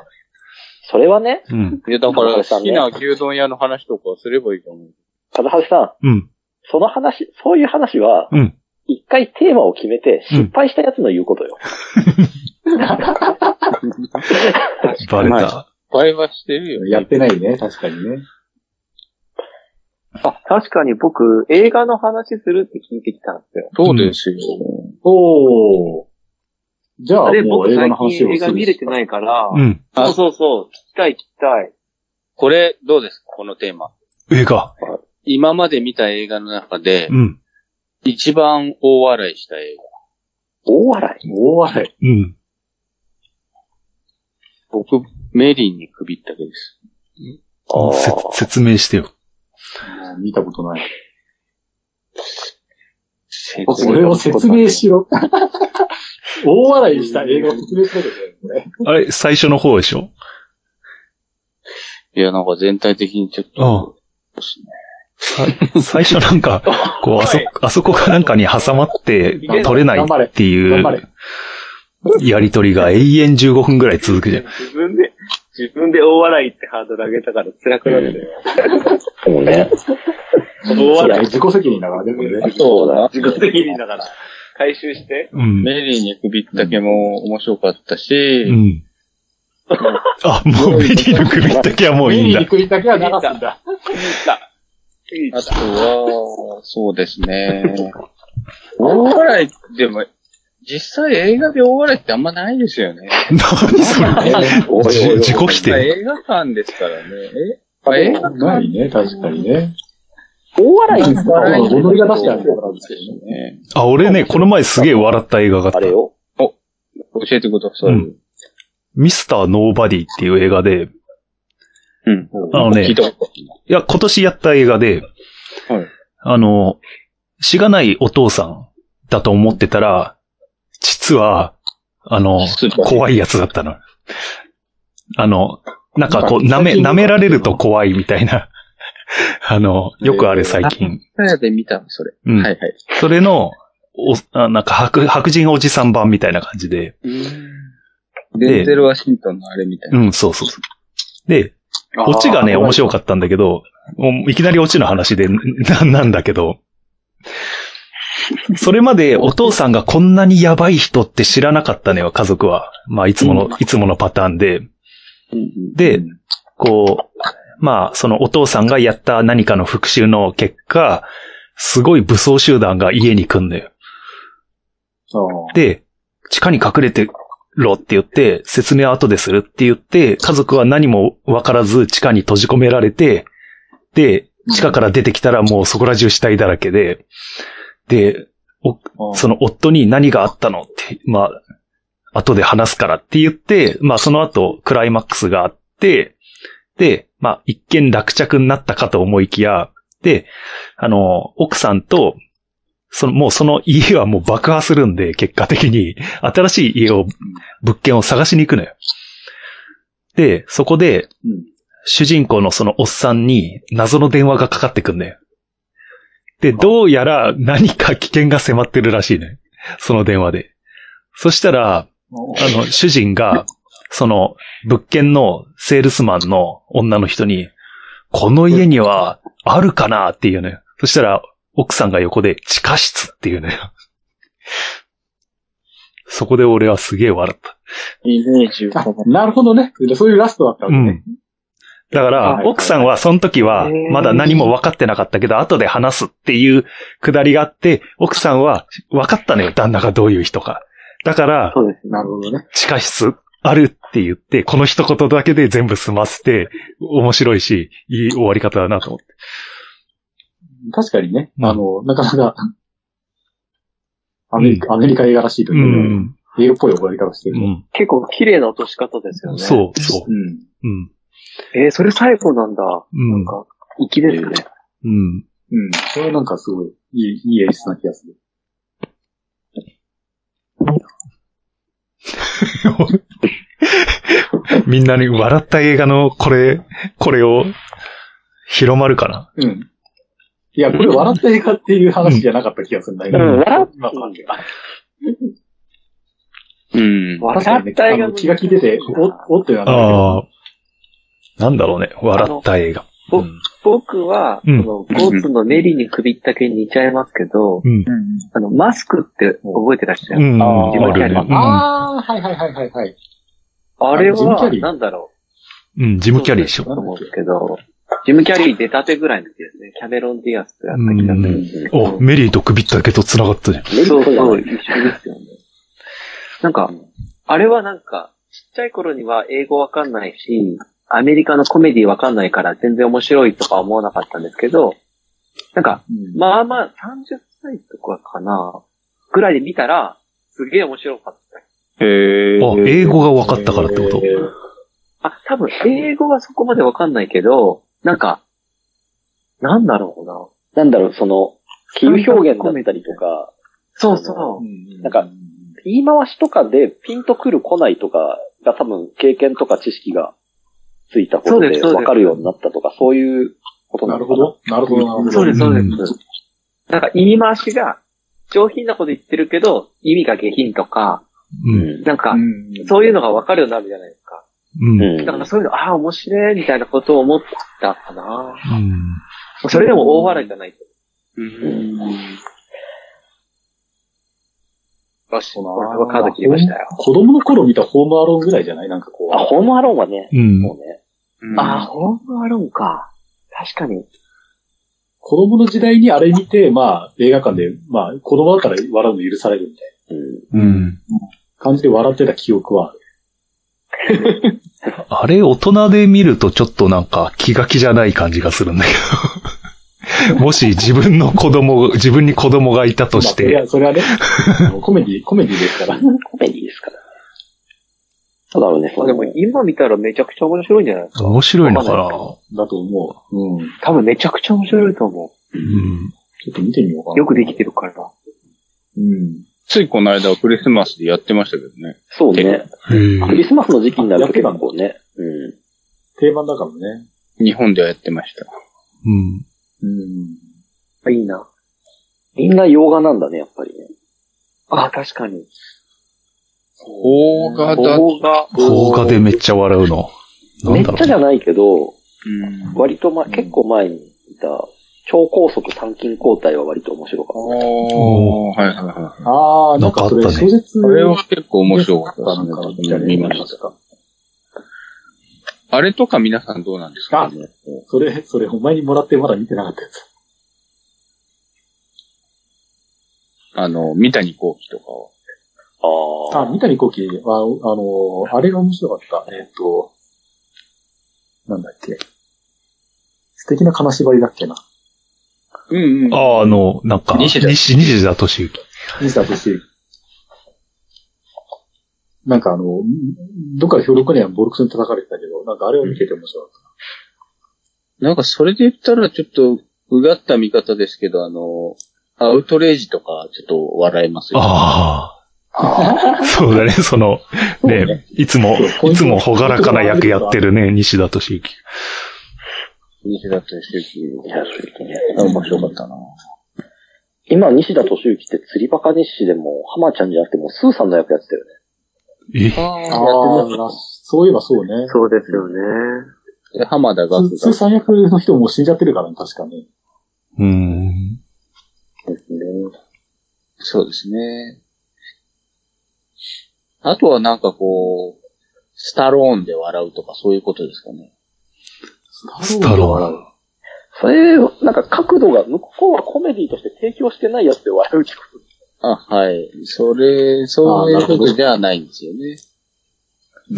Speaker 2: それはね、
Speaker 1: うん。
Speaker 3: いや、だから、
Speaker 2: 中さ
Speaker 3: 好
Speaker 2: んね
Speaker 3: きな牛丼屋の話とかすればいいと思う。
Speaker 2: カズハさん、
Speaker 1: うん。
Speaker 2: その話、そういう話は、
Speaker 1: うん
Speaker 2: 一回テーマを決めて、失敗したやつの言うことよ。
Speaker 1: バレ
Speaker 3: ま
Speaker 1: た。
Speaker 3: 会話してるよ。
Speaker 7: やってないね、確かにね。
Speaker 8: あ、確かに僕、映画の話するって聞いてきたんですよ。
Speaker 3: そうですよ。
Speaker 7: おー。じゃあ、
Speaker 8: あれ、
Speaker 7: もう
Speaker 8: 僕
Speaker 7: 映画
Speaker 8: 最
Speaker 7: の話をす
Speaker 8: 近
Speaker 7: る
Speaker 8: 映画見れてないから、
Speaker 1: うん。
Speaker 8: そうそうそう、聞きたい聞きたい。
Speaker 3: これ、どうですかこのテーマ。
Speaker 1: 映画。
Speaker 3: 今まで見た映画の中で
Speaker 1: う、ん。
Speaker 3: 一番大笑いした映画。
Speaker 2: 大笑い。
Speaker 7: 大笑い。
Speaker 1: うん。
Speaker 3: 僕、メリーに首ったけです。
Speaker 2: あ
Speaker 1: せ
Speaker 2: ー
Speaker 1: 説明してよ。
Speaker 7: もう見たこと ない。
Speaker 3: 説
Speaker 7: これを説明 しろ。大笑いした映画を説明しなきゃいけないこれ。
Speaker 1: あれ、最初の方でしょ
Speaker 3: いや、なんか全体的にちょっ
Speaker 1: うん
Speaker 3: と、
Speaker 1: さ最初なんか、こう、あそ、あそこかなんかに挟まって取れないってい
Speaker 7: 頑張
Speaker 1: う
Speaker 7: れ。
Speaker 1: やりとりが永遠15分ぐらい続くじゃん。
Speaker 8: 自分で、自分で大笑いってハードル上げたから辛くなってる。
Speaker 2: でもね、
Speaker 7: そう
Speaker 8: 大
Speaker 7: だ
Speaker 8: 笑
Speaker 7: ね自己責任だからね、これね。
Speaker 2: そうだ
Speaker 8: い。。自己責任だから。回収して。
Speaker 1: うん。
Speaker 3: メリーに首ったけも面白かった
Speaker 1: う
Speaker 3: し、
Speaker 1: ん。あ、もうメリーの首だけはもうい
Speaker 7: 目
Speaker 1: いん
Speaker 7: に
Speaker 1: だ
Speaker 7: 行。くだけは流すんだ。
Speaker 3: あとは、そうですね。大笑いでも、実際映画描画れってあんまないですよね。
Speaker 1: 何それ
Speaker 2: おいおいおい
Speaker 1: 自己規定
Speaker 3: 映画館ですからね。えまあ映画館
Speaker 10: ないね、確かにね。
Speaker 2: 大笑いですか
Speaker 3: 笑い
Speaker 7: 踊りが確かにそうなんですけどね。
Speaker 3: ね
Speaker 1: あ、俺ね、この前すげえ笑った映画があった
Speaker 2: あ。れよ。
Speaker 3: 教えてください。
Speaker 1: うんミスターノーバディっていう映画で、
Speaker 3: うん。
Speaker 1: あのね、
Speaker 3: 聞いたこと
Speaker 1: いや、今年やった映画で、
Speaker 3: はい
Speaker 1: あの、しがないお父さんだと思ってたら、実は、あの、
Speaker 3: スーパー
Speaker 1: 怖いやつだったの。あの、なんかこう、
Speaker 10: な
Speaker 1: 舐
Speaker 10: んか
Speaker 1: め、
Speaker 10: 最近
Speaker 1: 舐められると怖いみたいな。 あの、よくある最近。
Speaker 3: さやで見たの、それ。
Speaker 1: うん。
Speaker 3: はいはい。
Speaker 1: それの、お、あなんか白、白人おじさん版みたいな感じで。
Speaker 3: デンゼル・ワシントンのあれみたいな。
Speaker 1: うん、そうそうそう。で、オチがね、面白かったんだけど、もういきなりオチの話で、 な、なんだけど、それまでお父さんがこんなにやばい人って知らなかったのよ、家族は。まあ、いつもの、いつものパターンで。で、こう、まあ、そのお父さんがやった何かの復讐の結果、すごい武装集団が家に来んのよ。で、地下に隠れてろって言って、説明は後でするって言って、家族は何もわからず地下に閉じ込められて、で、地下から出てきたらもうそこら中死体だらけで、で、おその夫に何があったのって、まあ、後で話すからって言って、まあその後クライマックスがあって、で、まあ一見落着になったかと思いきや、で、あの、奥さんと、その、もうその家はもう爆破するんで、結果的に、新しい家を、物件を探しに行くのよ。で、そこで、
Speaker 7: うん
Speaker 1: 主人公のそのおっさんに謎の電話がかかってくんだよ。で、どうやら何か危険が迫ってるらしいね。その電話で。そしたら、あの、主人が、その、物件のセールスマンの女の人に、この家にはあるかなっていうのよ。そしたら、奥さんが横で地下室っていうのよ。そこで俺はすげえ笑った。
Speaker 3: イメージを。
Speaker 10: あなるほどね。でそういうラストだったわけね。
Speaker 1: だか
Speaker 10: は
Speaker 1: ら、
Speaker 10: い
Speaker 1: 奥さんはその時は
Speaker 8: へー
Speaker 1: まだ何も分かってなかったけど、後で話すっていうくだりがあって、奥さんは分かったのよ、旦那がどういう人か。だから、
Speaker 8: そうですね。
Speaker 10: なるほどね。
Speaker 1: 地下室あるって言って、この一言だけで全部済ませて、面白いし、いい終わり方だなと思って。
Speaker 10: 確かにね。
Speaker 1: うん
Speaker 10: あの、なかなか、アメリカ、アメリカ映画らしいと
Speaker 1: う
Speaker 10: いうか、
Speaker 1: ん。
Speaker 10: 映画っぽい終わり方して
Speaker 1: う
Speaker 10: るね。
Speaker 1: ん。
Speaker 8: 結構綺麗な落とし方ですよね。う。
Speaker 1: そう、そ
Speaker 10: うん。
Speaker 1: う。うん。
Speaker 8: えー、それ最後なんだ。
Speaker 1: う
Speaker 8: なん
Speaker 1: ん。
Speaker 8: か、粋ですね。
Speaker 1: うん。
Speaker 10: うん。それなんかすごい、いい、いい演出な気がする。
Speaker 1: みんなに笑った映画のこれ、これを広まるかな。
Speaker 10: うん。いや、これ笑った映画っていう話じゃなかった気がするんだけど。
Speaker 1: うん
Speaker 10: 笑った。
Speaker 3: うん。
Speaker 10: 笑ったよね。あの気が利いてて、お、おってなるんだけど。
Speaker 1: ああ。なんだろうね。笑った映画。
Speaker 8: あの
Speaker 1: うん
Speaker 8: 僕は、
Speaker 1: うん
Speaker 8: その、ゴーツのネリに首ったけに似ちゃいますけど、
Speaker 1: うん。
Speaker 8: あの、マスクって覚えてらっしゃ
Speaker 1: う
Speaker 8: る、
Speaker 1: ん。
Speaker 10: あー
Speaker 1: あるね。
Speaker 10: ああ、はいはいはいはいはい。
Speaker 8: あれ
Speaker 10: ジムキャ
Speaker 8: は
Speaker 10: リ、ー
Speaker 8: なんだろ
Speaker 1: うん。うん。ジ
Speaker 8: う。
Speaker 1: ム・キャリーでし
Speaker 8: と
Speaker 1: ょ。
Speaker 8: 思うんですけど、ジムキャリー出たてぐらいの時ですね。キャメロン・ディアスとやった気がするんですけど。
Speaker 1: お、メリーと首ったけと繋がったじゃん。
Speaker 8: そうそう、一緒ですよね。なんか、あれはなんか、ちっちゃい頃には英語わかんないし、アメリカのコメディわかんないから全然面白いとか思わなかったんですけど、なんか、まあまあ30歳とかかな、ぐらいで見たら、すげえ面白かった。
Speaker 3: へえ。
Speaker 1: あ、英語が分かったからってこと
Speaker 8: あ、多分英語はそこまでわかんないけど、なんか、なんだろうな。
Speaker 2: なんだろう、その、比喩表現だったりとか、
Speaker 8: そうそう。
Speaker 10: う
Speaker 2: なんか、言い回しとかでピンとくる来ないとかが多分経験とか知識がついたこと
Speaker 8: そうで
Speaker 2: です
Speaker 8: そうです
Speaker 2: 分かるようになったとか、そういうことな
Speaker 10: なる
Speaker 2: のか
Speaker 10: ほ
Speaker 2: な。
Speaker 10: ど。なるほど、なるほど。
Speaker 8: そうです、そうです。
Speaker 1: う
Speaker 8: なんか言い回しが、上品なこと言ってるけど、意味が下品とか、
Speaker 1: うん。
Speaker 8: なんか
Speaker 10: う、ん
Speaker 8: そういうのがわかるようになるじゃないですか。
Speaker 1: うん。
Speaker 2: うん。
Speaker 8: だからそういうの、ああ、面白い、みたいなことを思ったかな。
Speaker 1: うん。
Speaker 8: それでも大笑いじゃない。よし、これはカード切りましたよ。
Speaker 10: 子供の頃見たホームアローンぐらいじゃないなんかこう。
Speaker 2: あ、ホームアローンはね、
Speaker 1: うん。
Speaker 2: もうね、
Speaker 8: ああ、ホームアローンか。確かに。
Speaker 7: 子供の時代にあれ見て、まあ、映画館で、まあ、子供だから笑うの許されるみたい
Speaker 2: うん。
Speaker 1: うん。
Speaker 7: な感じで笑ってた記憶はある。
Speaker 1: あれ、大人で見るとちょっとなんか気が気じゃない感じがするんだけど。もし自分の子供、自分に子供がいたとし
Speaker 7: まあ、い
Speaker 1: て、
Speaker 7: や、それはね、あのコメディ、コメディですから。
Speaker 2: コメディですから。そうだろうね、そ
Speaker 8: まあ
Speaker 2: う
Speaker 8: で
Speaker 2: だ
Speaker 8: も
Speaker 2: ね。
Speaker 8: 今見たらめちゃくちゃ面白いんじゃないですか
Speaker 1: 面白いのかな
Speaker 7: だと思う。うん。
Speaker 8: 多分めちゃくちゃ面白いと思
Speaker 1: うん。
Speaker 7: ちょっと見てみようか
Speaker 8: う。
Speaker 7: な。
Speaker 8: よくできてるからな。
Speaker 7: うん。
Speaker 3: ついこの間クリスマスでやってましたけどね。
Speaker 2: そうね。ク
Speaker 1: へえ
Speaker 2: リスマスの時期になると結
Speaker 7: やってたんだ
Speaker 2: 構ね。うん。
Speaker 7: 定番だからね。
Speaker 3: 日本ではやってました。
Speaker 1: うん。
Speaker 7: うん。
Speaker 8: あいいな。
Speaker 2: みんな洋画なんだね、やっぱりね。
Speaker 8: ああ、確かに。
Speaker 3: 邦画だ。
Speaker 8: 動画。
Speaker 1: 邦画でめっちゃ笑うの。な
Speaker 2: め
Speaker 1: ん
Speaker 2: っ
Speaker 1: だ
Speaker 2: ちゃじ
Speaker 1: ろ
Speaker 2: ゃ
Speaker 1: う。
Speaker 2: ないけど、
Speaker 3: うん
Speaker 2: 割と前、結構前にいた、超高速参勤交代は割と面白かっ
Speaker 3: おー、はいはいはい。
Speaker 7: ああ、なんかそれ、
Speaker 1: なんかあったね
Speaker 7: 小説
Speaker 3: あれは結構面白かった
Speaker 7: なんか
Speaker 3: で
Speaker 7: み
Speaker 3: す
Speaker 7: た
Speaker 3: ね。
Speaker 7: いな
Speaker 3: 見ました。あれとか皆さんどうなんですか
Speaker 7: あそれ、それ、お前にもらってまだ見てなかったやつ。
Speaker 3: あの、三谷幸喜とかは。
Speaker 2: た。
Speaker 7: あ、三谷幸喜は、あのー、あれが面白かった。えっ、と、なんだっけ。素敵な金縛りだっけな。
Speaker 3: うんうん。
Speaker 1: ああ、あの、なんか、
Speaker 3: 西
Speaker 1: 西
Speaker 3: 田
Speaker 1: 西田敏行。
Speaker 7: 西田敏行。なんかあの、どっかで評論家にはボロクソに叩かれてたけど、なんかあれを見てて面白かっ
Speaker 3: なんかそれで言ったらちょっと、うがった見方ですけど、あの、アウトレイジとかちょっと笑えますよ。
Speaker 1: ああ。そうだね、その、ね、いつも、いつもほがらかな役やってるね、西田敏行。
Speaker 3: 西田敏行。
Speaker 2: いや、正直ね。
Speaker 3: 面白かったな。
Speaker 2: 今、西田敏行って釣りバカ日誌でも、浜ちゃんじゃなくてもうスーさんの役やってたよね。
Speaker 1: え
Speaker 3: あ
Speaker 7: た。
Speaker 3: あ、やってま
Speaker 7: ああ、そういえばそうね。
Speaker 8: そうですよね。
Speaker 3: すで浜田学
Speaker 7: 普通
Speaker 3: が。
Speaker 7: 三役の人もう死んじゃってるからね、確かね。
Speaker 1: うん。
Speaker 3: そうですね。あとはなんかこう、スタローンで笑うとかそういうことですかね。
Speaker 1: スタローン。
Speaker 2: それ、なんか角度が、向こうはコメディとして提供してないやつで笑うってこ
Speaker 3: あ、はい。それ、そういうことではないんですよね。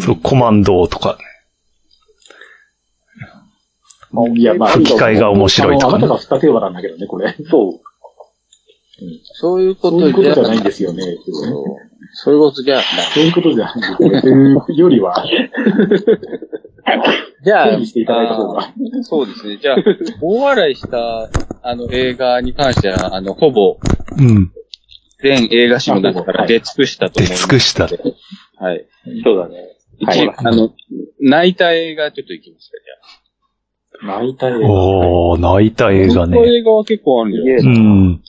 Speaker 1: そう、コマンドとか。
Speaker 7: いや、まあ、
Speaker 1: 吹き替えが面白いとかね
Speaker 7: あのあなたが振った手はなんだけどね、これ。
Speaker 2: と。そ
Speaker 3: そういうこ
Speaker 7: そ
Speaker 3: と
Speaker 7: う
Speaker 3: じ
Speaker 7: い
Speaker 3: ゃ
Speaker 7: うことじゃないんですよね。
Speaker 3: そう。そういうことじゃない。
Speaker 7: そういうことじゃないんですよね。というよりは、
Speaker 3: じゃあ、
Speaker 7: 整理していただいた方が。
Speaker 3: そうですね。じ ゃあ、大笑いした、あの、映画に関しては、あの、ほぼ、
Speaker 1: うん。
Speaker 3: 全映画史の中から出尽くしたと
Speaker 1: 出
Speaker 3: 思いま
Speaker 1: 尽
Speaker 3: す。
Speaker 1: くした。
Speaker 3: はい。
Speaker 2: う。そうだね。
Speaker 3: 一、
Speaker 7: はい
Speaker 3: あの、泣いた映画ちょっといきますか、
Speaker 7: 泣いた映
Speaker 1: おー、泣いた映
Speaker 3: じゃあ。
Speaker 1: 画
Speaker 3: この
Speaker 1: ね。
Speaker 3: 映画は結構あるんじゃない
Speaker 1: うんん。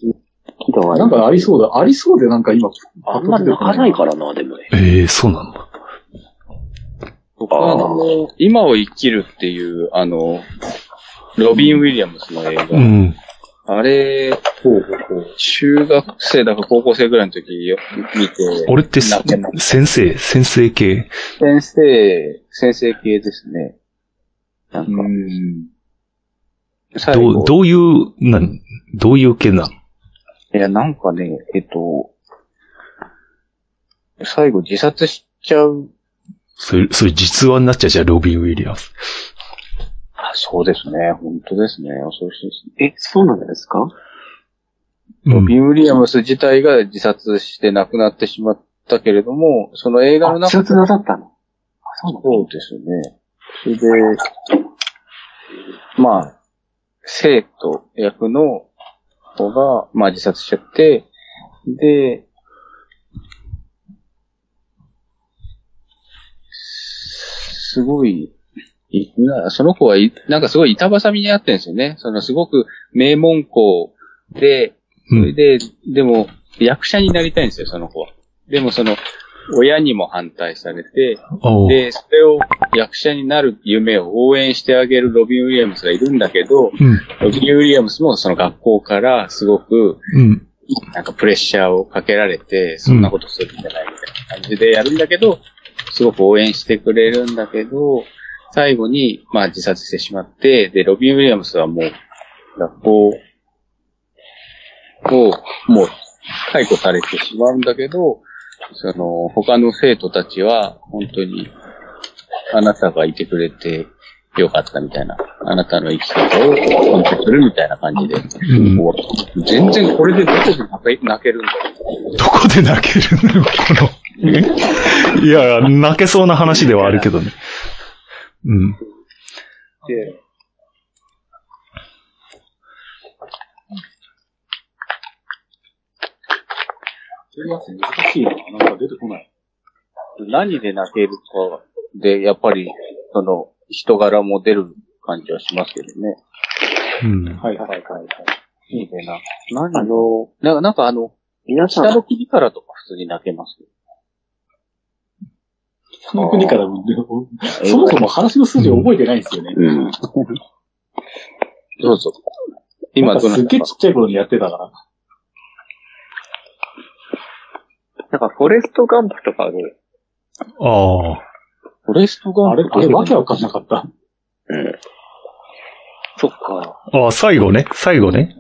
Speaker 7: 画。なんかありそうだ。ありそうでなんか今、
Speaker 2: あんま泣かないからな、でもね。
Speaker 1: ええー、そうなんだ。
Speaker 3: 僕はあの、今を生きるっていう、あの、ロビン・ウィリアムスの映画。
Speaker 1: うん。
Speaker 3: あれ、中学生だか高校生ぐらいの時よ見て、
Speaker 1: 俺ってせ
Speaker 3: 泣けます
Speaker 1: 先生、先生系。
Speaker 3: 先生、先生系ですね。なんか、
Speaker 7: うん。
Speaker 3: 最
Speaker 1: ど
Speaker 3: 後
Speaker 1: う、どういう、なん、どういう系なの
Speaker 3: いや、なんかね、えっと、最後自殺しちゃう。
Speaker 1: それ、それ実話になっちゃうじゃん、ロビン・ウィリアムス。
Speaker 3: あそうですね。本当ですね。恐ろしいですね。
Speaker 8: え、そうなんですか
Speaker 1: う
Speaker 3: ロビ
Speaker 1: ん。
Speaker 3: ン・ウィリアムス自体が自殺して亡くなってしまったけれども、その映画の中
Speaker 8: あ、強つなさったの
Speaker 3: そうですね。それで、まあ、生徒役の子が、まあ自殺しちゃって、で、すごい、いなその子はい、なんかすごい板挟みにあってんですよね。そのすごく名門校で、
Speaker 1: う
Speaker 3: それ
Speaker 1: ん。
Speaker 3: で、でも、役者になりたいんですよ、その子は。でもその、親にも反対されて、
Speaker 1: おー
Speaker 3: で、それを役者になる夢を応援してあげるロビン・ウィリアムスがいるんだけ
Speaker 1: う
Speaker 3: ど、
Speaker 1: ん。
Speaker 3: ロビン・ウィリアムスもその学校からすごく
Speaker 1: うん。
Speaker 3: なんかプレッシャーをかけられて、そんなことするんじゃないみたいな感じでやるんだけど、すごく応援してくれるんだけど、最後に、まあ自殺してしまって、で、ロビン・ウィリアムスはもう、学校をもう解雇されてしまうんだけど、その、他の生徒たちは、本当に、あなたがいてくれてよかったみたいな、あなたの生き方を尊重するみたいな感じで、
Speaker 1: ん
Speaker 3: もう全然これでどこで泣け泣けるんだよ。
Speaker 1: どこで泣けるのよ、この。 いや、泣けそうな話ではあるけどね。うん。
Speaker 8: で、
Speaker 7: そういうやつ難しいな。なんか出てこない。
Speaker 3: 何で泣けるかで、やっぱり、その、人柄も出る感じはしますけどね。
Speaker 1: うん。
Speaker 7: はいはいはいはい。
Speaker 3: いいねな。何あの、ななんかあの、
Speaker 8: 皆さ
Speaker 3: 下
Speaker 8: ん、
Speaker 3: の首からとか普通に泣けますけど。
Speaker 7: その国から、そもそも話の筋を覚えてないんですよね。
Speaker 3: うん。そうそう。今、
Speaker 7: なん
Speaker 3: ど
Speaker 7: か
Speaker 3: な
Speaker 7: すったげえ
Speaker 3: か
Speaker 7: ちっちゃい頃にやってたから。
Speaker 8: なんかフォレストガンプとかある。
Speaker 1: ああ。
Speaker 3: フォレストガ
Speaker 7: あれ、あれ、わけわかんなかった。
Speaker 8: そっか。
Speaker 1: ああ、最後ね。最後ね。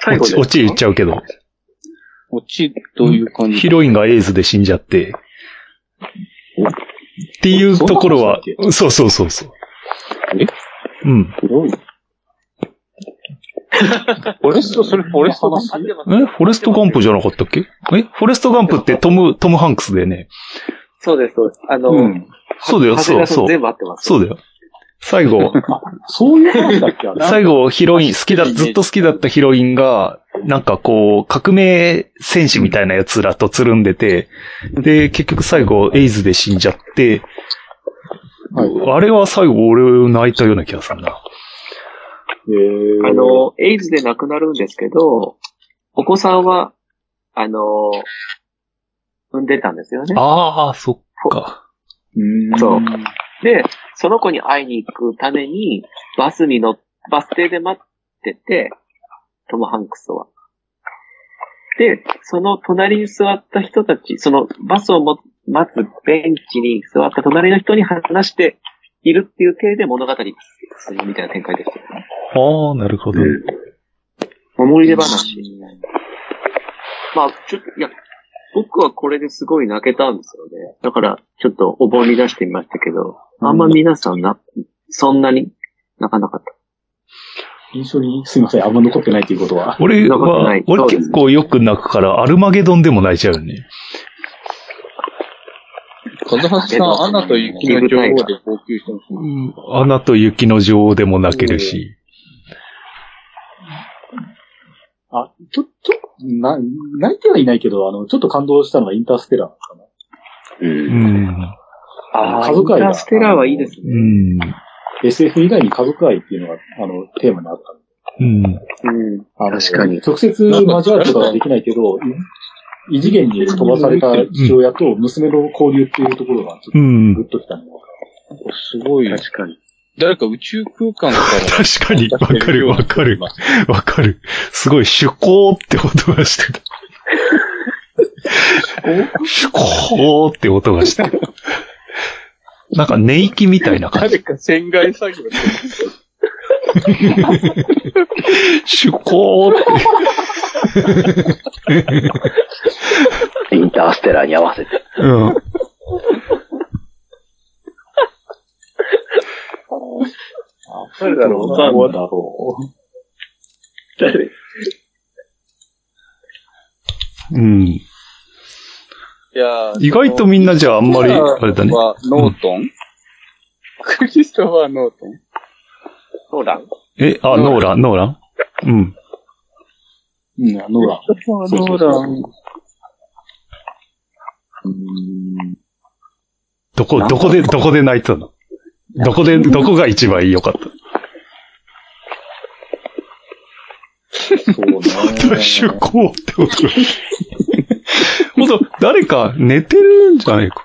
Speaker 8: 最後
Speaker 1: 落ち、落ち言っちゃうけど。
Speaker 3: 落ち、どういう感じ
Speaker 1: ヒロインがエイズで死んじゃって。っていうところは、そうそうそうそう。
Speaker 3: え
Speaker 1: うん。
Speaker 3: 黒いフォレスト、それフォレストガンプ
Speaker 1: えフォレストガンプじゃなかったっけえフォレストガンプってトム、トムハンクスだよね。
Speaker 8: そうです、そうです。あの、
Speaker 3: うん。
Speaker 1: そうだよ、
Speaker 8: は
Speaker 1: そう、そう。
Speaker 8: 全部合ってます。
Speaker 1: そうだよ。最後、
Speaker 7: そういう話だっけあれ。
Speaker 1: 最後、ヒロイン、好きだ、ずっと好きだったヒロインが、なんかこう、革命戦士みたいな奴らとつるんでて、で、結局最後、エイズで死んじゃって、あれは最後、俺泣いたような気がするな。
Speaker 7: えー
Speaker 8: あ、の、エイズで亡くなるんですけど、お子さんは、あの、産んでたんですよね。
Speaker 1: ああ、そっか。
Speaker 8: そう。で、その子に会いに行くために、バスに乗っ、バス停で待ってて、トム・ハンクスは。で、その隣に座った人たち、そのバスをも待つベンチに座った隣の人に話しているっていう体で物語が進むみたいな展開でした。
Speaker 1: ああ、なるほど。
Speaker 8: 思い出話。まあ、ちょっと、いや、僕はこれですごい泣けたんですよね。だから、ちょっとお盆に出してみましたけど、あんま皆さんな、そんなに泣かなかっ
Speaker 7: 印象に、すいません、あんま残ってないということは。
Speaker 1: 俺
Speaker 8: そんなことな
Speaker 1: は、
Speaker 8: い
Speaker 1: 俺
Speaker 8: そうです
Speaker 1: 結構よく泣くから、アルマゲドンでも泣いちゃうよね。
Speaker 3: 風橋さん、アナと雪の女王で号泣してますね。
Speaker 1: うんアナと雪の女王でも泣けるし。
Speaker 7: あ、ちょ、ちょ、な、泣いてはいないけど、あの、ちょっと感動したのがインターステラーかな。
Speaker 1: うん。
Speaker 8: た。
Speaker 7: ー家族愛
Speaker 8: イン
Speaker 7: が
Speaker 8: ターステラーはいいですね。
Speaker 1: うん。
Speaker 7: SF 以外に家族愛っていうのが、あの、テーマにあったんで
Speaker 1: うん。
Speaker 8: うん。
Speaker 7: あの
Speaker 8: 確かに
Speaker 7: 直接交わることはできないけど、異次元に飛ばされた父親と娘の交流っていうところが、ちょっ
Speaker 1: う
Speaker 7: とグ
Speaker 1: ん。
Speaker 7: ッときたのが。
Speaker 3: すごい。
Speaker 8: 確かに。
Speaker 3: 誰か宇宙空間から。
Speaker 1: 確かに、わかる、わかる、 わかる。すごい、趣向って音がしてた。趣向って音がしてた。なんか、寝息みたいな感じ。
Speaker 3: 誰か船外作業で。
Speaker 1: 趣向って。
Speaker 2: インターステラーに合わせて。
Speaker 1: うん。
Speaker 8: 誰だろうわかんない
Speaker 7: どうだろう。
Speaker 8: 誰
Speaker 1: うん。
Speaker 3: いやー
Speaker 1: 意外とみんなじゃああんまり、あれだね。
Speaker 3: はノートン、クリストファー・ノートン
Speaker 8: そうだ。
Speaker 1: え、あ、ノーラン、ノーランうん。
Speaker 7: うん、あのほら。
Speaker 3: クリストファー・ノーラン。
Speaker 1: どこ、どこで、どこで泣いてたのどこで、どこが一番良かった
Speaker 7: そうね。
Speaker 1: 趣向ってこと。 ほんと、誰か寝てるんじゃないか。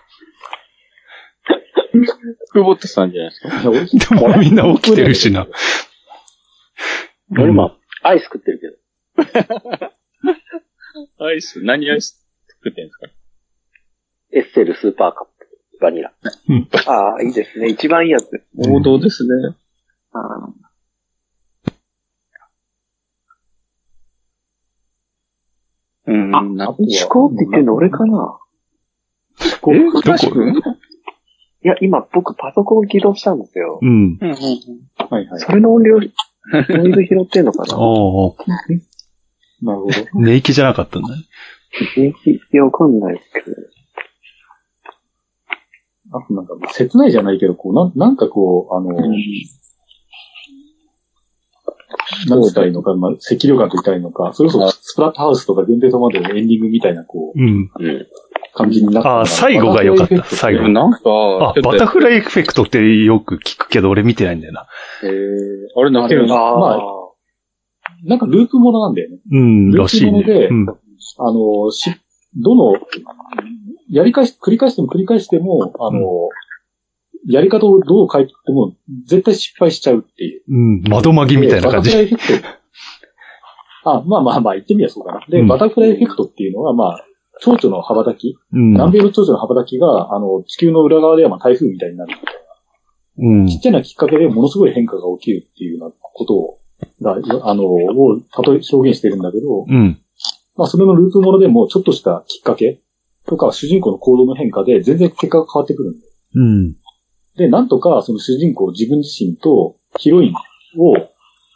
Speaker 3: 久保田さんじゃないですか。
Speaker 1: でもみんな起きてるしな。
Speaker 2: 俺今、アイス食ってるけど。
Speaker 3: アイス、何アイス作ってんですか
Speaker 2: エッセルスーパーカップ。バニラ。
Speaker 8: ああ、いいですね。一番いいやつ。
Speaker 1: うん
Speaker 3: 王道ですね。
Speaker 8: ああ
Speaker 3: うん。
Speaker 2: あ
Speaker 3: な
Speaker 2: 思考って言ってんの俺かな
Speaker 1: え
Speaker 3: え
Speaker 1: ど
Speaker 3: 高橋
Speaker 1: こ
Speaker 3: 君
Speaker 8: いや、今僕パソコン起動したんですよ。
Speaker 1: うん。
Speaker 3: うんうんうん。
Speaker 7: はいはい。
Speaker 8: それの音量、ノイズ拾ってんのか
Speaker 1: あ
Speaker 8: な
Speaker 1: あ、
Speaker 7: なるほど。
Speaker 1: 寝息じゃなかったんだね。
Speaker 8: いや、わかんないですけど。
Speaker 7: あとなんか、まあ、切ないじゃないけど、こう、なんなんかこう、あの、何したらいいのか、まあ、赤量感と言ったらいいのか、それこそスプラットハウスとか限定トマトのエンディングみたいな、こ
Speaker 1: うん。
Speaker 7: う、感じになったの
Speaker 1: あ
Speaker 7: か
Speaker 1: あ、最後が良かった、最
Speaker 3: でも
Speaker 1: 後。
Speaker 3: なん
Speaker 1: あ
Speaker 3: か、ちょっ、と
Speaker 1: バタフライエフェクトってよく聞くけど、俺見てないんだよな。
Speaker 3: えー、あれ泣けるな。
Speaker 8: あ
Speaker 7: まあなんかループものなんだよね。
Speaker 1: うん、らしいね
Speaker 7: 別物で。
Speaker 1: うん。
Speaker 7: あの、し、どの、やり返し、繰り返しても繰り返しても、あの、やり方をどう変えても、絶対失敗しちゃうっていう。
Speaker 1: うん、窓まぎみたいな感
Speaker 7: でバ
Speaker 1: じ。
Speaker 7: タフライエフェクト。 あ、まあまあまあ、言ってみればそうかな。で、
Speaker 1: うん
Speaker 7: バタフライエフェクトっていうのは、まあ、蝶々の羽ばたき、
Speaker 1: うん。
Speaker 7: 南米の蝶々の羽ばたきが、あの、地球の裏側ではまあ台風みたいになる。
Speaker 1: うん。
Speaker 7: ちっちゃなきっかけでものすごい変化が起きるっていうようなことを、が、あの、を、たとえ表現してるんだけど、
Speaker 1: うん。
Speaker 7: まあ、それのループものでも、ちょっとしたきっかけとか、主人公の行動の変化で、全然結果が変わってくるんで。
Speaker 1: うん。
Speaker 7: で、なんとか、その主人公、自分自身とヒロインを、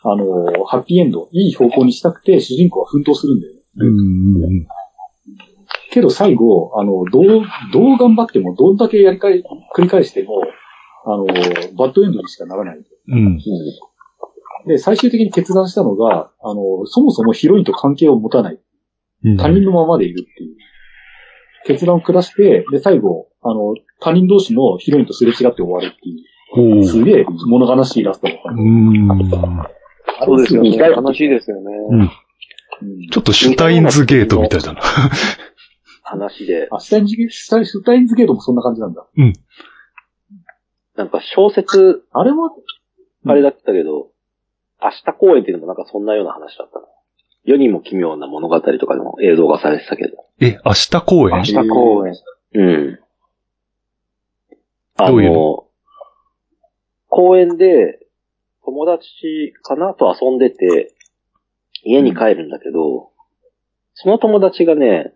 Speaker 7: あの、ハッピーエンド、いい方向にしたくて、主人公は奮闘するんだよね。
Speaker 1: うん。
Speaker 7: けど最後、あの、どう、どう頑張っても、どんだけやりかえ、繰り返しても、あの、バッドエンドにしかならない。
Speaker 1: うん。
Speaker 7: で、最終的に決断したのが、あの、そもそもヒロインと関係を持たない。
Speaker 1: うん。
Speaker 7: 他人のままでいるっていう。決断を下して、で、最後、あの、他人同士のヒロインとすれ違って終わるってい
Speaker 1: お
Speaker 7: う、
Speaker 1: ー
Speaker 7: すげえ物悲しいラストだった
Speaker 1: う
Speaker 7: の。
Speaker 1: ん。
Speaker 8: そうですよね。
Speaker 2: 似たような
Speaker 8: 悲しいですよね。
Speaker 1: うん
Speaker 7: うん
Speaker 1: ちょっとシュタインズゲートみたいだな。
Speaker 2: 話で、
Speaker 7: あ、スタインズゲスタイスタインズゲートもそんな感じなんだ。
Speaker 2: なんか小説、
Speaker 7: あれも、
Speaker 2: あれだったけど、明日公演っていうのもなんかそんなような話だったの。世にも奇妙な物語とかでも映像化されてたけど。
Speaker 1: え、明日公
Speaker 8: 明
Speaker 1: 演
Speaker 8: 日公演。
Speaker 2: うん。あ
Speaker 1: どういう
Speaker 2: の、公園で友達かなと遊んでて、家に帰るんだけど、その友達がね、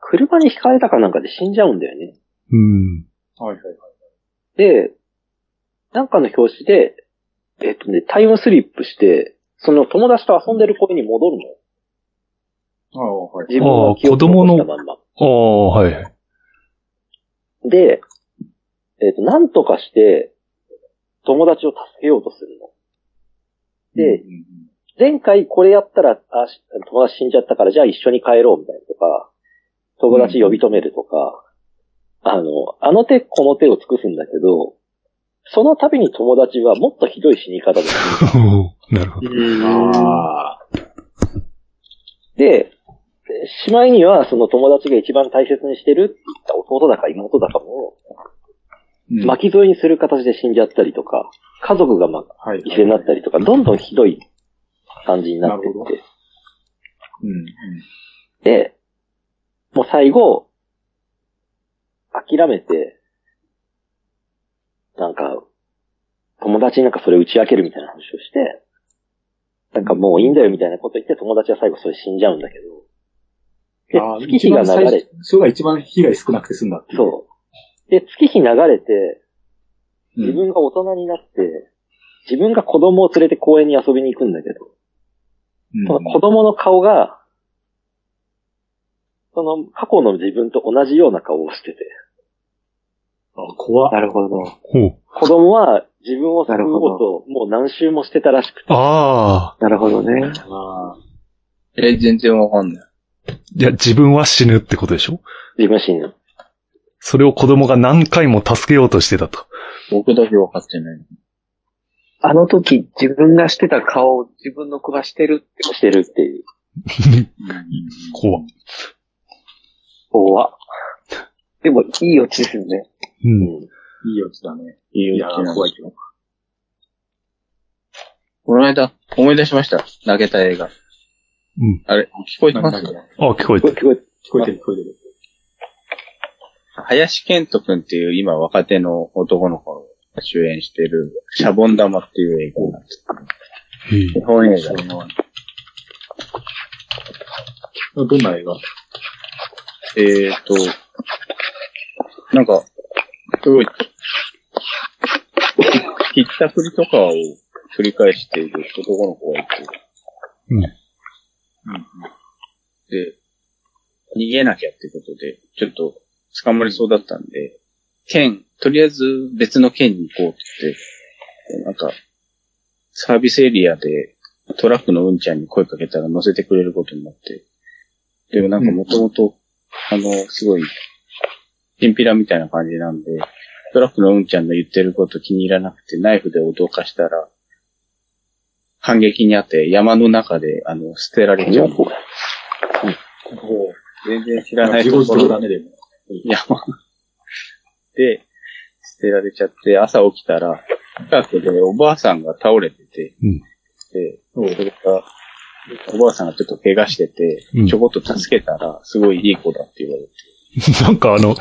Speaker 2: 車にひかれたかなんかで死んじゃうんだよね。
Speaker 1: うん。
Speaker 7: はいはいはい。
Speaker 2: で、なんかの表紙で、えっとね、タイムスリップして、その友達と遊んでる公園に戻るの。
Speaker 7: ああ、はい。
Speaker 2: 自分の記憶を残したまんま。
Speaker 1: ああ、はい。
Speaker 2: で、えっ、と、なんとかして、友達を助けようとするの。で、
Speaker 7: うん
Speaker 2: 前回これやったら、あ、し友達死んじゃったから、じゃあ一緒に帰ろうみたいなとか、友達呼び止めるとか、あの、あの手この手を尽くすんだけど、その度に友達はもっとひどい死に方で死ぬ。
Speaker 1: なるほど。
Speaker 7: ああ、
Speaker 2: で、しまいには、その友達が一番大切にしてるって言った弟だか妹だかも、
Speaker 7: うん
Speaker 2: 巻き添えにする形で死んじゃったりとか、家族がま
Speaker 7: はい
Speaker 2: 一緒になったりとか、どんどんひどい感じになって
Speaker 7: なるほ
Speaker 2: っ
Speaker 7: うんうん
Speaker 2: て。で、もう最後、諦めて、なんか、友達になんかそれ打ち明けるみたいな話をして、なんかもういいんだよみたいなこと言って友達は最後それ死んじゃうんだけ
Speaker 7: あ
Speaker 2: ど、
Speaker 7: あ
Speaker 2: で、月日が
Speaker 7: 一番最
Speaker 2: 流れて、
Speaker 7: 初が一番被害少なくて済んだっていう。
Speaker 2: そう。で、月日流れて、
Speaker 7: うん。
Speaker 2: 自分が大人になって、自分が子供を連れて公園に遊びに行くんだけど、その子供の顔が、その過去の自分と同じような顔をしてて、
Speaker 7: あ怖っ
Speaker 8: なるほど。
Speaker 1: ほう。
Speaker 2: 子供は自分を救おうともう何周もしてたらしくて、
Speaker 1: ああ。
Speaker 8: なるほどね。
Speaker 7: あ
Speaker 3: え、全然わかんない。
Speaker 1: いや、自分は死ぬってことでしょ
Speaker 2: 自分死ぬ。
Speaker 1: それを子供が何回も助けようとしてたと。
Speaker 3: 僕だけわかってない。
Speaker 8: あの時、自分がしてた顔を自分の子がしてるって。
Speaker 2: してるっていう。
Speaker 1: 怖っ
Speaker 8: 怖っでも、いいオチですよね。
Speaker 1: う。
Speaker 2: うんん。
Speaker 7: ーいいやつだね。
Speaker 3: い
Speaker 7: い
Speaker 3: や
Speaker 7: やー、怖いよ。
Speaker 3: この間、思い出しました。投げた映画。
Speaker 1: うん。
Speaker 3: あれ、聞こえてま
Speaker 7: なん
Speaker 3: す
Speaker 7: か聞
Speaker 1: あ、聞こえ
Speaker 2: これ
Speaker 1: て
Speaker 2: 聞こえ
Speaker 7: こえてる、聞こえてる。
Speaker 3: 林健人君っていう今若手の男の子が主演してる、シャボン玉っていう映画なんです。
Speaker 1: へえ
Speaker 3: 日本映画。
Speaker 10: どんな映画
Speaker 3: えーっと、なんか、すごい、ひったくりとかを繰り返している男の子がいて、
Speaker 1: うん
Speaker 3: で、逃げなきゃってことで、ちょっと捕まりそうだったんで、県、とりあえず別の県に行こうって言って、なんか、サービスエリアでトラックのうんちゃんに声かけたら乗せてくれることになって、でもなんかもともと、あの、すごい、チンピラみたいな感じなんで、トラックのうんちゃんの言ってること気に入らなくて、ナイフで脅かしたら、反撃にあって山の中で、あの、捨てられちゃう。全然知らない
Speaker 10: 自
Speaker 3: と
Speaker 10: 業自
Speaker 3: こ
Speaker 10: 得
Speaker 3: ろ
Speaker 10: だね、でも。
Speaker 3: 山で捨てられちゃって、朝起きたら、近くでおばあさんが倒れてて、
Speaker 1: うん
Speaker 3: で、それが、おばあさんがちょっと怪我してて、
Speaker 1: うん
Speaker 3: ちょこっと助けたら、すごいいい子だって言われて。
Speaker 1: なんかあの、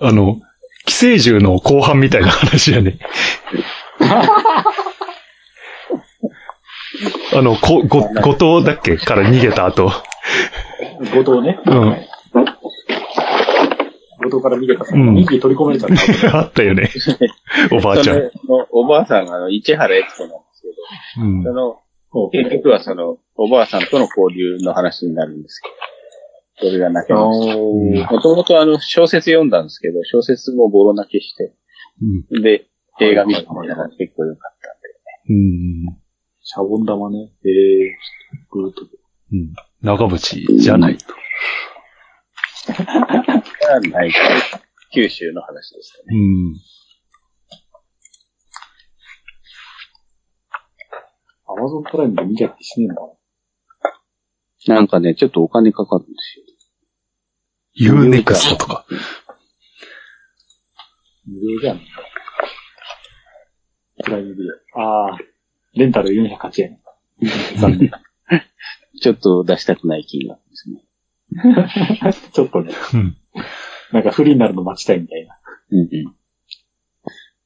Speaker 1: あの、寄生獣の後半みたいな話 やね。あの、こ、ご、後藤だっけから逃げた後。
Speaker 10: 後藤ね。
Speaker 1: うん。
Speaker 10: 後藤から逃げた。
Speaker 1: ん
Speaker 10: ミッキー取り込まれちゃ った。
Speaker 1: あったよね。おばあち
Speaker 3: そ
Speaker 1: ゃん。
Speaker 3: れのおばあさんがあの市原悦子なんですけど、
Speaker 1: うん
Speaker 3: そ。の、結局はその、おばあさんとの交流の話になるんですけど、それが泣けました。
Speaker 1: うん
Speaker 3: もともとあの、小説読んだんですけど、小説もボロ泣きして、で、映画見たのが結構良かった。
Speaker 1: うん。
Speaker 10: シャボン玉ね。えー、グーと。
Speaker 1: うん。長渕じゃないと。
Speaker 3: じゃない九州の話でしたね。
Speaker 1: うん。
Speaker 10: アマゾンプライムで見ちゃってしねえのか
Speaker 3: なんかね、ちょっとお金かかるんですよ。
Speaker 1: UNEXT とか。
Speaker 10: な無料じゃん。プライムビデオ。あー、レンタル408円。 残念。
Speaker 3: ちょっと出したくない金額ですね。
Speaker 10: ちょっとね、
Speaker 1: うん。
Speaker 10: なんか不利になるの待ちたいみたいな。
Speaker 3: うんうん。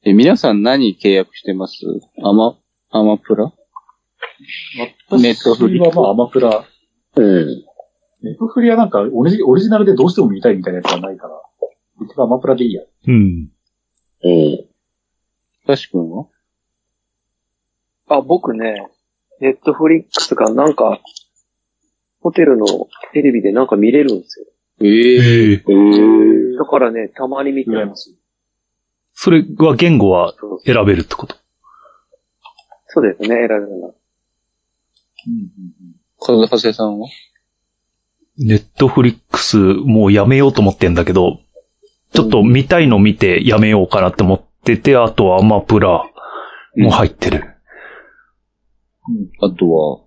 Speaker 3: え、皆さん何契約してますアマ、アマプラネットフリ
Speaker 10: 私はまあアマプラ。
Speaker 3: うん。
Speaker 10: ネットフリはなんかオリジオリジナルでどうしても見たいみたいなやつがないから、一番アマプラでいいや。
Speaker 1: うん。
Speaker 3: うん。たしくんは
Speaker 8: あ、僕ね、ネットフリックスかなんか、ホテルのテレビでなんか見れるんですよ。
Speaker 3: ええ
Speaker 1: ええ。
Speaker 8: だからね、たまに見て
Speaker 10: 羨
Speaker 8: る
Speaker 10: ま。しい。
Speaker 1: それは言語は
Speaker 8: そう
Speaker 1: 選べるってこと。
Speaker 8: そうですね、選べるのは。
Speaker 3: ー。かずはせさんは
Speaker 1: ネットフリックスもうやめようと思ってんだけど、ちょっと見たいの見てやめようかなって思ってて、あとはアマプラも入ってる。
Speaker 3: あとは、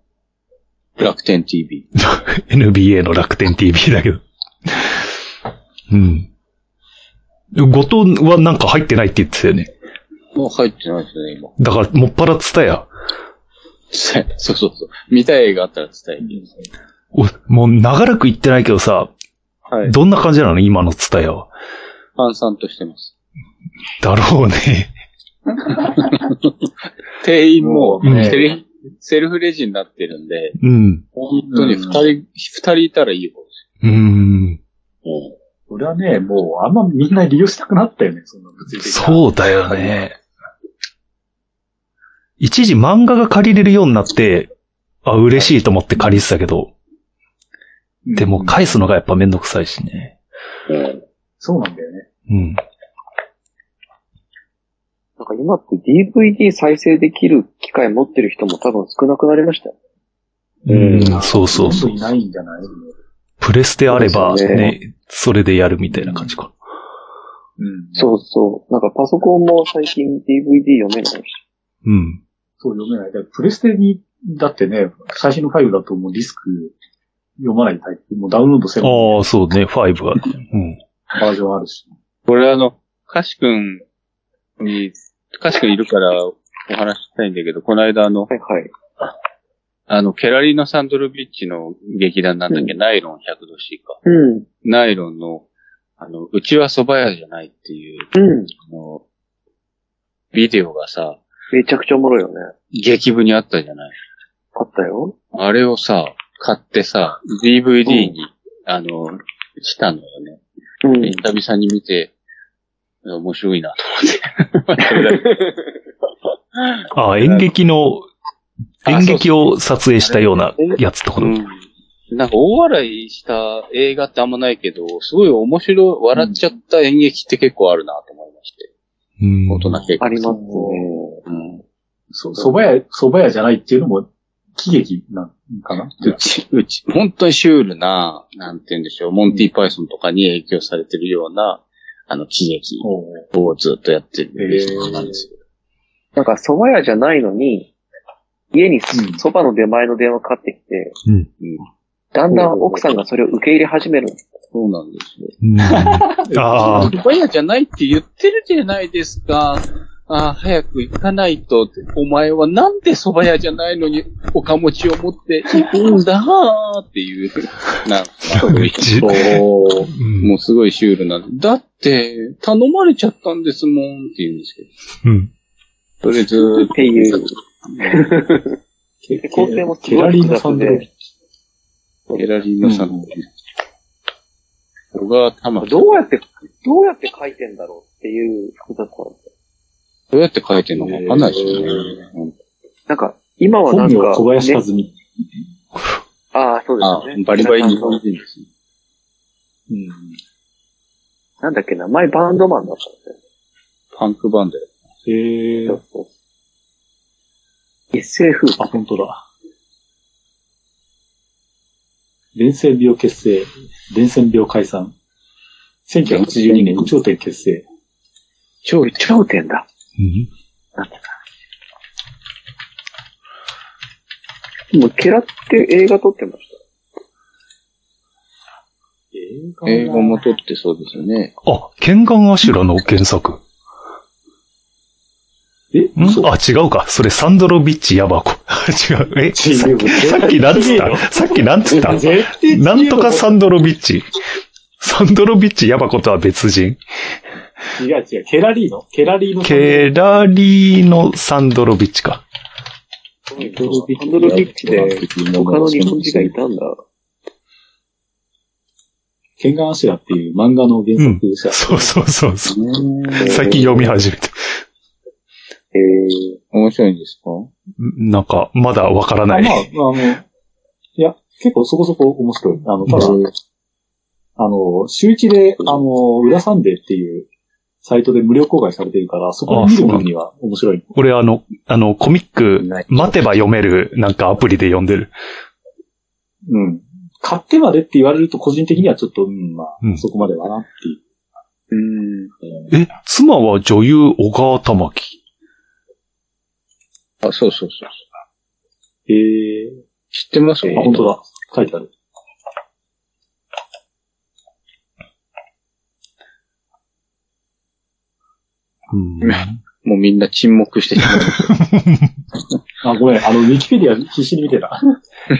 Speaker 3: 楽天 TV。
Speaker 1: NBA の楽天 TV だけど。うん。後藤はなんか入ってないって言ってたよね。
Speaker 3: もう入ってないですね、今。
Speaker 1: だから、もっぱらツタヤ。
Speaker 3: そうそうそう。見たい映画あったら伝える。
Speaker 1: おもう長らく行ってないけどさ、
Speaker 3: はい。
Speaker 1: どんな感じなの今のツタヤは。
Speaker 3: パンさんとしてます。
Speaker 1: だろうね。
Speaker 3: 店員も、
Speaker 1: もうね
Speaker 3: セルフセルフレジになってるんで、
Speaker 1: うん。
Speaker 3: 本当に二人、二、人いたらいい方
Speaker 1: う
Speaker 3: で
Speaker 1: ん。
Speaker 10: 俺はね、もうあんまみんな利用したくなったよね、そんな物理的な。
Speaker 1: そうだよね。一時漫画が借りれるようになって、あ、嬉しいと思って借りてたけど、
Speaker 10: うん
Speaker 1: でも返すのがやっぱめんどくさいしね。
Speaker 10: そうなんだよね。
Speaker 1: うん。
Speaker 8: なんか今って DVD 再生できる機会持ってる人も多分少なくなりましたよ。
Speaker 1: うん、そうそう
Speaker 10: ほ
Speaker 1: そ
Speaker 10: と。
Speaker 1: うん
Speaker 10: どいないんじゃない
Speaker 1: プレステあれば
Speaker 8: そうですよ
Speaker 1: ね、それでやるみたいな感じか。
Speaker 10: うん。
Speaker 8: そうそう。なんかパソコンも最近 DVD 読めないし。
Speaker 1: うん。
Speaker 10: そう、読めない。だからプレステに、だってね、最新のファイブだともうディスク読まないタイプ、もうダウンロードせる
Speaker 1: ああ、そうね、5は。うん。
Speaker 10: バージョンあるし。
Speaker 3: これあの、カシ君に、カシ君いるからお話ししたいんだけど、この間あの、
Speaker 8: はいはい。
Speaker 3: あの、ケラリーナ・サンドルビッチの劇団なんだっけ、ナイロン100度 C か。
Speaker 8: うん。
Speaker 3: ナイロンの、あの、うちは蕎麦屋じゃないっていう、
Speaker 8: うん。
Speaker 3: あの、ビデオがさ、
Speaker 8: めちゃくちゃおもろいよね。
Speaker 3: 劇部にあったじゃない。
Speaker 8: あったよ。
Speaker 3: あれをさ、買ってさ、DVD にあの、したのよね。
Speaker 8: うん
Speaker 3: で久々に見て、面白いなと思って。
Speaker 1: ああ、演劇の、演劇を撮影したようなやつってこと。
Speaker 3: うんなんか大笑いした映画ってあんまないけど、すごい面白い、笑っちゃった演劇って結構あるなと思いまして。
Speaker 1: うん
Speaker 3: 大人結構。
Speaker 8: ありますね。
Speaker 3: うん
Speaker 7: そ、蕎麦屋、蕎麦屋じゃないっていうのも、喜劇なんかな
Speaker 3: うち、うち、本当にシュールな、なんて言うんでしょう、モンティ・パイソンとかに影響されてるような、あの、喜劇
Speaker 7: おう
Speaker 3: をずっとやってる人なんですよ。
Speaker 8: なんか蕎麦屋じゃないのに、家に
Speaker 7: ん
Speaker 8: 蕎麦の出前の電話かかってきて、
Speaker 1: うん
Speaker 3: うん
Speaker 8: だんだん奥さんがそれを受け入れ始める。
Speaker 3: そうなんですよ。
Speaker 1: うんああ、
Speaker 3: 蕎麦屋じゃないって言ってるじゃないですか。ああ、早く行かないとって。お前はなんで蕎麦屋じゃないのに、おかもちを持って行くんだーっていう、なんか、
Speaker 1: めっちゃ
Speaker 3: そう
Speaker 1: う
Speaker 3: も
Speaker 1: ん
Speaker 3: うすごいシュールなんで。だって、頼まれちゃったんですもんって言うんですけど。
Speaker 1: うん。
Speaker 3: それずーっと
Speaker 8: っていう。
Speaker 7: け
Speaker 8: 構成もす
Speaker 7: ケ
Speaker 8: ご
Speaker 7: ラ
Speaker 8: い
Speaker 7: リー
Speaker 8: 複
Speaker 7: のサ
Speaker 8: 雑
Speaker 7: ンドロビ
Speaker 8: で、
Speaker 3: エラリーナさんの。小川玉樹。
Speaker 8: どうやって、どうやって書いてんだろうっていう複雑さ。
Speaker 3: どうやって書いてるのかわかんないですよね。うん
Speaker 8: なんか、今はな
Speaker 7: 本
Speaker 8: ん
Speaker 7: 名
Speaker 8: か
Speaker 7: は小、林和
Speaker 8: ね、
Speaker 7: 美。
Speaker 8: ああ、そう
Speaker 3: あ
Speaker 8: ですよね。
Speaker 3: バリバリ日
Speaker 8: 皆さん
Speaker 3: 本
Speaker 8: の
Speaker 3: 人ですね。
Speaker 7: うん。
Speaker 8: なんだっけ、名前バンドマンだったんですよね
Speaker 3: パンクバンドや。
Speaker 7: ええ
Speaker 8: そうそう。SF。
Speaker 7: あ、本当だ。伝染病結成、伝染病解散。1982年、頂点結成。
Speaker 8: 頂点。頂点だ。
Speaker 1: うん
Speaker 8: もう、ケラって映画撮ってまし
Speaker 3: 映画も撮ってそうですよね。
Speaker 1: あ、ケンガンアシュラの原作。ん
Speaker 7: え嘘
Speaker 1: あ、違うか。それサンドロビッチヤバコ。 違う。え、
Speaker 7: 違う
Speaker 1: さっきさっきなんつったさっきなんつ った
Speaker 7: 絶対違う
Speaker 1: なんとかサンドロビッチ。サンドロビッチヤバコとは別人。
Speaker 7: 違う違う。ケラリーのケラリーのサンドロ
Speaker 1: ケ
Speaker 7: ビ
Speaker 1: ラリーのサンドロビッチか。
Speaker 8: た。ハンドルビッチで、他の日本人がいたんだ。
Speaker 7: ケンガンアシュラっていう漫画の原作者。
Speaker 1: そうそうそうそう。
Speaker 3: ねえ
Speaker 1: 最近読み始めた。
Speaker 8: えー、
Speaker 3: 面白いんですか
Speaker 1: なんか、まだわからな
Speaker 7: あまあ、あ
Speaker 1: い。
Speaker 7: の、いや、結構そこそこ面白い。あの、ただ、あの、週一で、あの、裏サンデーっていうサイトで無料公開されてるから、そこで見る分には面白い。
Speaker 1: 俺あの、あの、コミック、待てば読める、なんかアプリで読んでる。
Speaker 7: うん。買ってまでって言われると個人的にはちょっと、うん、まあ、
Speaker 1: うん
Speaker 7: そこまではなっていう。
Speaker 8: うん。
Speaker 1: え、妻は女優小川玉木。
Speaker 3: あ、そうそうそう。
Speaker 7: え
Speaker 3: 知ってます
Speaker 7: ー、あ、本当だ。書いてある。
Speaker 1: うん。
Speaker 3: もうみんな沈黙してしまう。
Speaker 7: あ、ごめん。あの、ウィキペディア必死に見てた。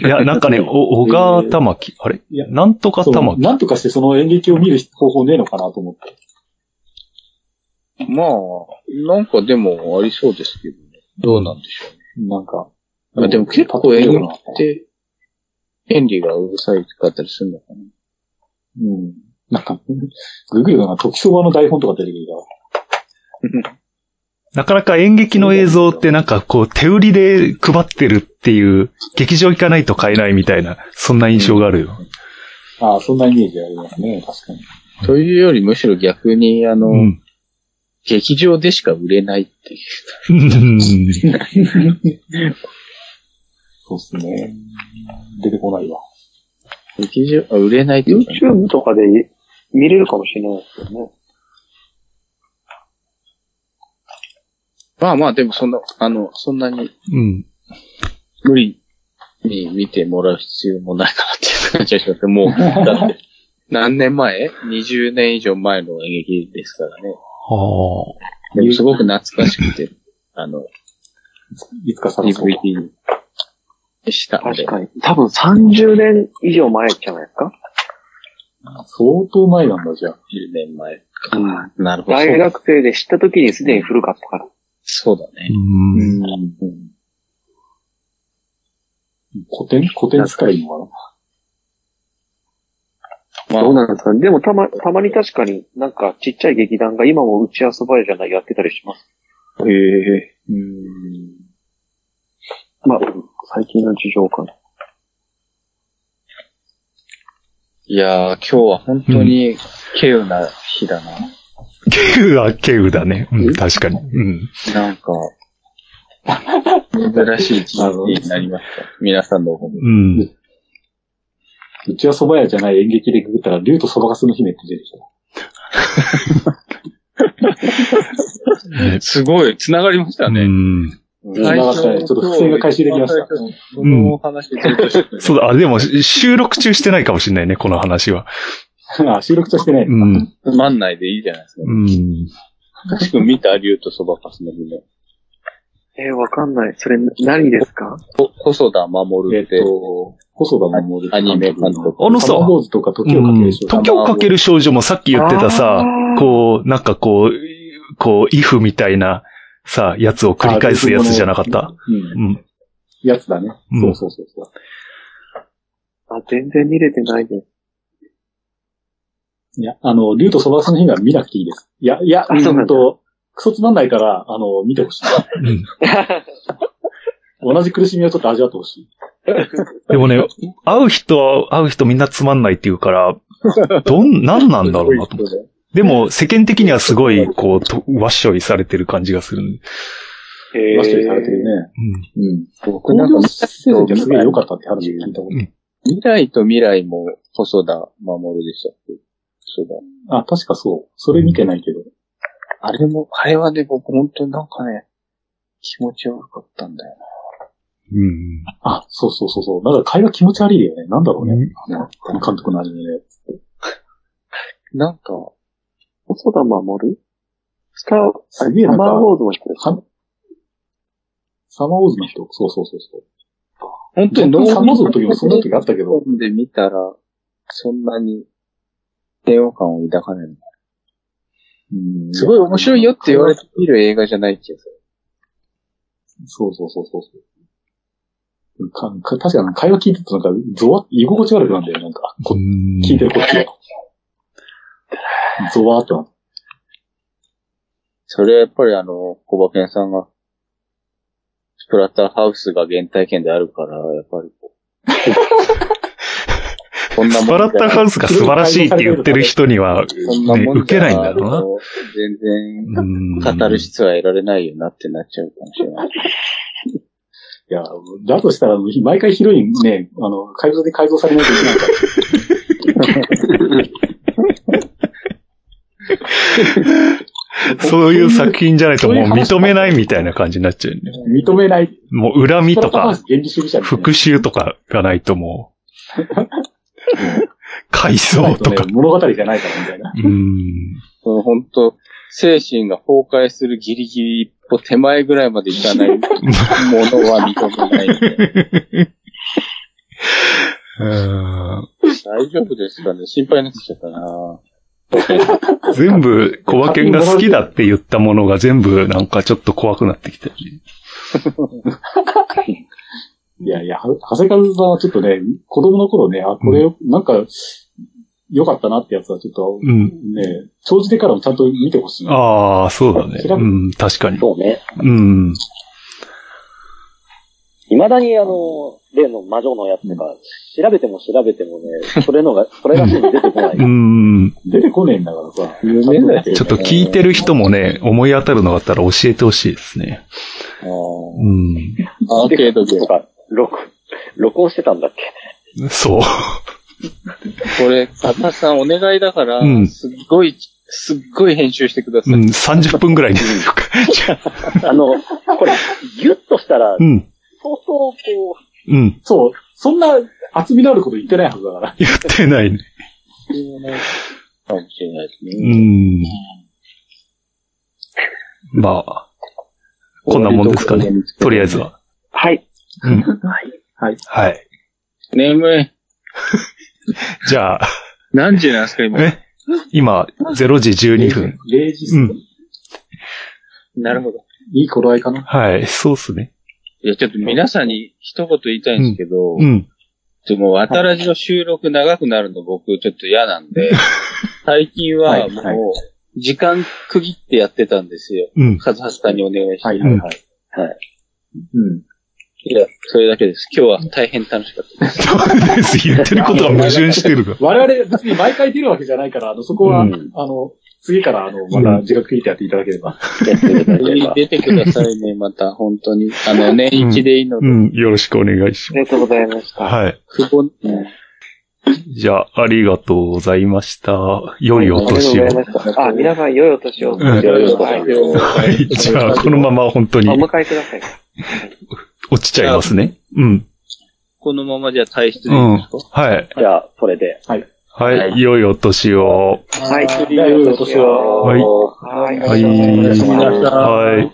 Speaker 1: い や、なんかね、お小川玉木。あれ
Speaker 7: いや
Speaker 1: なんとか
Speaker 7: そ
Speaker 1: 玉
Speaker 7: う
Speaker 1: 木。
Speaker 7: なんとかしてその演劇を見る方法ねえのかなと思って。
Speaker 3: まあ、なんかでもありそうですけどね。どうなんでしょう
Speaker 7: なんか。
Speaker 3: あでも結構営
Speaker 7: 演
Speaker 3: 業
Speaker 7: 劇
Speaker 3: って、権利がうるさいかったりするのかな
Speaker 7: うん。なんか、ググるのが時そばの台本とか出てくるから。
Speaker 1: なかなか演劇の映像ってなんかこう手売りで配ってるっていう、劇場行かないと買えないみたいな、そんな印象があるよ。
Speaker 7: ああ、そんなイメージありますね、確かに。
Speaker 3: というよりむしろ逆に、あの、
Speaker 1: うん。
Speaker 3: 劇場でしか売れないっていう。
Speaker 1: うん
Speaker 7: そうっすね。出てこないわ。
Speaker 3: 劇場、あ売れないっていうか、
Speaker 8: YouTube とかで見れるかもしれないですよね。
Speaker 3: まあまあ、でもそんな、あの、そんなに
Speaker 1: うん。
Speaker 3: 無理に見てもらう必要もないかなっていう感じがします。もう、だって、何年前 ?20 年以上前の演劇ですからね。
Speaker 1: はあ。
Speaker 3: でもすごく懐かしくて、あの、
Speaker 7: いつか探そう。
Speaker 3: DVD にしたの
Speaker 8: 確
Speaker 3: で。
Speaker 8: かに。多分30年以上前じゃないですか。
Speaker 7: 相当前なんだ、じゃあ。
Speaker 3: 10年前。
Speaker 8: うん
Speaker 3: なるほど。
Speaker 8: 大学生で知った時にすでに古かったから。
Speaker 3: そうだね。
Speaker 1: うん。
Speaker 7: うん。古典古典使いのか
Speaker 3: ま
Speaker 8: どうなんですかね。でもたま、たまに確かになんかちっちゃい劇団が今も打ち遊ばれじゃないやってたりします。
Speaker 3: あ、ええ
Speaker 11: うん。
Speaker 8: まあ、最近の事情かな。
Speaker 3: いやー、今日は本当に、稀有な日だな。
Speaker 1: ケウはケウだね。うん、確かに。うん。
Speaker 3: なん か、珍しい一日になりました。皆さんのおかげで
Speaker 1: うん。
Speaker 7: うちは蕎麦屋じゃない演劇でググったら、竜と蕎麦がすの姫って出てきた。
Speaker 1: ね
Speaker 3: すごい、繋がりました
Speaker 1: う
Speaker 3: ね。
Speaker 1: ん。
Speaker 7: 繋がったね。ちょっと伏線が回収できました。
Speaker 3: このお話ずっとして
Speaker 1: そうだ、あ、でも収録中してないかもしれないね、この話は。
Speaker 7: あ収録としてね
Speaker 1: う。ん。
Speaker 3: つまんないでいいじゃないですか。
Speaker 1: うん。
Speaker 3: 確かに見た竜とそばかすの姫。
Speaker 8: えー、わかんない。それ何ですか
Speaker 3: こ細田守
Speaker 7: え
Speaker 3: っ、
Speaker 7: ってと、細田守
Speaker 3: アニメ監督。
Speaker 1: あのさ
Speaker 7: サマーボーズとか時をかける人
Speaker 1: うん時をかける少女もさっき言ってたさ、こう、なんかこう、こう、イフみたいな、さ、やつを繰り返すやつじゃなかった。
Speaker 7: うん。
Speaker 1: うん。
Speaker 7: やつだね。
Speaker 1: うん
Speaker 7: そうそうそうそう。
Speaker 8: あ、全然見れてないです。
Speaker 7: いや、あの、竜とそばかすの姫は見なくていいです。いや、いや、う
Speaker 8: あそうなんだ
Speaker 7: んと、クソつまんないから、あの、見てほしい。
Speaker 1: うん。
Speaker 7: 同じ苦しみをちょっと味わってほしい。
Speaker 1: でもね、会う人は、会う人みんなつまんないって言うから、どん、なんなんだろう なと思って。でも、世間的にはすごい、こう、とわっしょいされてる感じがするんで。
Speaker 8: え
Speaker 7: マストにされてるね。
Speaker 1: うん。
Speaker 7: うん。
Speaker 3: 僕
Speaker 7: 工
Speaker 3: なんか
Speaker 7: 業
Speaker 3: 見
Speaker 7: 成績がすげえ良かったって話を聞いたこ
Speaker 3: 未来と未来も細田守でしたっけそうだ。
Speaker 7: と。あ、確かそう。それ見てないけど。
Speaker 3: あれも、あれはね、僕本当になんかね、気持ち悪かったんだよ
Speaker 1: うん。
Speaker 7: あ、そうそうそうそう。なんか会話気持ち悪いよね。なんだろうね。
Speaker 3: な。
Speaker 7: この監督のアニメで。
Speaker 3: なんか、
Speaker 8: 細田守スター、
Speaker 7: すげえ
Speaker 8: サ
Speaker 7: なんか
Speaker 8: マーウォーズの人です。
Speaker 7: はサマーウォーズの人。そうそうそうそう。
Speaker 3: 本当に
Speaker 7: 若干サマーウォーズの時もそんな時あったけど。
Speaker 3: 本で見たら、そんなに、嫌悪感を抱かない。
Speaker 7: うん
Speaker 3: すごい面白いよって言われて見る映画じゃない気がする。
Speaker 7: そうそうそうそうそう。かか確かに会話聞いてるとなんか、ゾワッ、居心地悪くなんだよ、なんか。こ
Speaker 1: うん
Speaker 7: 聞いてるこっちが。ゾワーってなる
Speaker 3: それはやっぱりあの、小馬健さんが、スプラッターハウスが原体験であるから、やっぱりこう。こんな
Speaker 1: ス
Speaker 3: も
Speaker 1: パラ
Speaker 3: んじ
Speaker 1: ッ
Speaker 3: ゃ
Speaker 1: タ
Speaker 3: ない
Speaker 1: ハウスが素晴らしいって言ってる人には、
Speaker 3: そんな
Speaker 1: ね
Speaker 3: もんじゃ、
Speaker 1: 受けないんだろ
Speaker 3: 全
Speaker 1: うな。
Speaker 3: 然、
Speaker 1: うん。
Speaker 3: 語る質は得られないよなってなっちゃうかもしれない。
Speaker 7: いや、だとしたら、毎回ヒロインね、あの、改造で改造されないといけないから。
Speaker 1: そういう作品じゃないともう認めないみたいな感じになっちゃうよね。
Speaker 7: 認めない。
Speaker 1: もう恨みと
Speaker 7: 原
Speaker 1: か、
Speaker 7: 理主義者みたいな
Speaker 1: 復讐とかがないとも う、回想とか。
Speaker 7: ね物語じゃないからみたいな。
Speaker 1: うん。
Speaker 3: その本当、精神が崩壊するギリギリ一歩手前ぐらいまでい かないものは認めないみたいな。
Speaker 1: うん
Speaker 3: 大丈夫ですかね心配になってきちゃった な
Speaker 1: 全部、小馬犬が好きだって言ったものが全部なんかちょっと怖くなってきたよね。
Speaker 7: いやいや、は長谷川さんはちょっとね、子供の頃ね、あ、これ、なんか、良かったなってやつはちょっと、
Speaker 1: うん。
Speaker 7: ね、長じてからもちゃんと見てほしいな。
Speaker 1: ああ、そうだね。うん、確かに。
Speaker 2: そうね。
Speaker 1: うん。。
Speaker 2: 未だにあの、例の魔女のやつとか、調べても調べてもね、それのが、それらしいの出てこないう
Speaker 1: ん。
Speaker 7: 出てこねえんだからさ。
Speaker 3: 夢だよ
Speaker 1: ちょっと聞いてる人もね、思い当たるのがあったら教えてほしいですね。
Speaker 3: あー
Speaker 1: うん。
Speaker 3: アーケードゲ
Speaker 2: と
Speaker 3: ーム。
Speaker 2: か、録、録音してたんだっけ
Speaker 1: そう。
Speaker 3: これ、カタさんお願いだから、
Speaker 1: うん
Speaker 3: すっごい、すっごい編集してくださ
Speaker 1: う
Speaker 3: い。
Speaker 1: ん、30分ぐらいにするか。
Speaker 2: あの、これ、ギュッとしたら
Speaker 1: う、ん。
Speaker 2: 相当こ
Speaker 1: うん。
Speaker 7: そう、そんな厚みのあること言ってないはずだから。
Speaker 1: 言ってないね。
Speaker 3: かもしれないですね。
Speaker 1: うん。まあ、こんなもんですかね。とりあえずは。
Speaker 8: はい。
Speaker 1: うん。
Speaker 7: はい。
Speaker 1: はい。
Speaker 3: 眠い。
Speaker 1: じゃあ、
Speaker 3: 何時なんですか、今。
Speaker 1: え今、0時12分。
Speaker 7: 0時、
Speaker 1: うん
Speaker 3: なるほど。
Speaker 7: いい頃合いかな。
Speaker 1: はい、そうっすね。
Speaker 3: いや、ちょっと皆さんに一言言いたいんですけど、
Speaker 1: うん。
Speaker 3: でも、わたらじの収録長くなるの僕ちょっと嫌なんで、最近は
Speaker 10: はいはい
Speaker 3: もう、時間区切ってやってたんですよ。
Speaker 1: うん。
Speaker 3: カズハスさんにお願いして。
Speaker 10: はい
Speaker 3: い
Speaker 10: はいはい。うん。
Speaker 3: や、それだけです。今日は大変楽しかったです。
Speaker 1: そうです。言ってることが矛盾してるが。
Speaker 10: 我々別に毎回出るわけじゃないから、あの、そこは、
Speaker 1: う
Speaker 10: あの、次から、あの、また自覚切ってやっていただければ。
Speaker 2: やっていただければ。
Speaker 3: 出てくださいね、また、本当に。あの、年一でいいので、
Speaker 1: うん。よろしくお願いし
Speaker 8: ありがとうございまし
Speaker 1: ま
Speaker 8: た。
Speaker 1: す。はい。
Speaker 3: 久保、うん
Speaker 1: じゃあ、ありがとうございました。良いお年を。
Speaker 8: ありがとうございました。あ、皆さん、良いお年を。
Speaker 1: うん
Speaker 2: 良いお年を
Speaker 8: を。
Speaker 1: はい。じゃあ、このまま本当に
Speaker 8: お迎えください。
Speaker 1: 落ちちゃいますね。うん。
Speaker 3: このままじゃ体質で
Speaker 1: う
Speaker 3: いいん
Speaker 1: ん
Speaker 3: ですか、。
Speaker 1: はい。
Speaker 2: じゃあ、それで。
Speaker 1: はい。良いお年を。
Speaker 8: はい。
Speaker 10: 良いお年を
Speaker 1: はい
Speaker 8: はい。
Speaker 1: はい。
Speaker 8: ありがとうございました
Speaker 1: はい。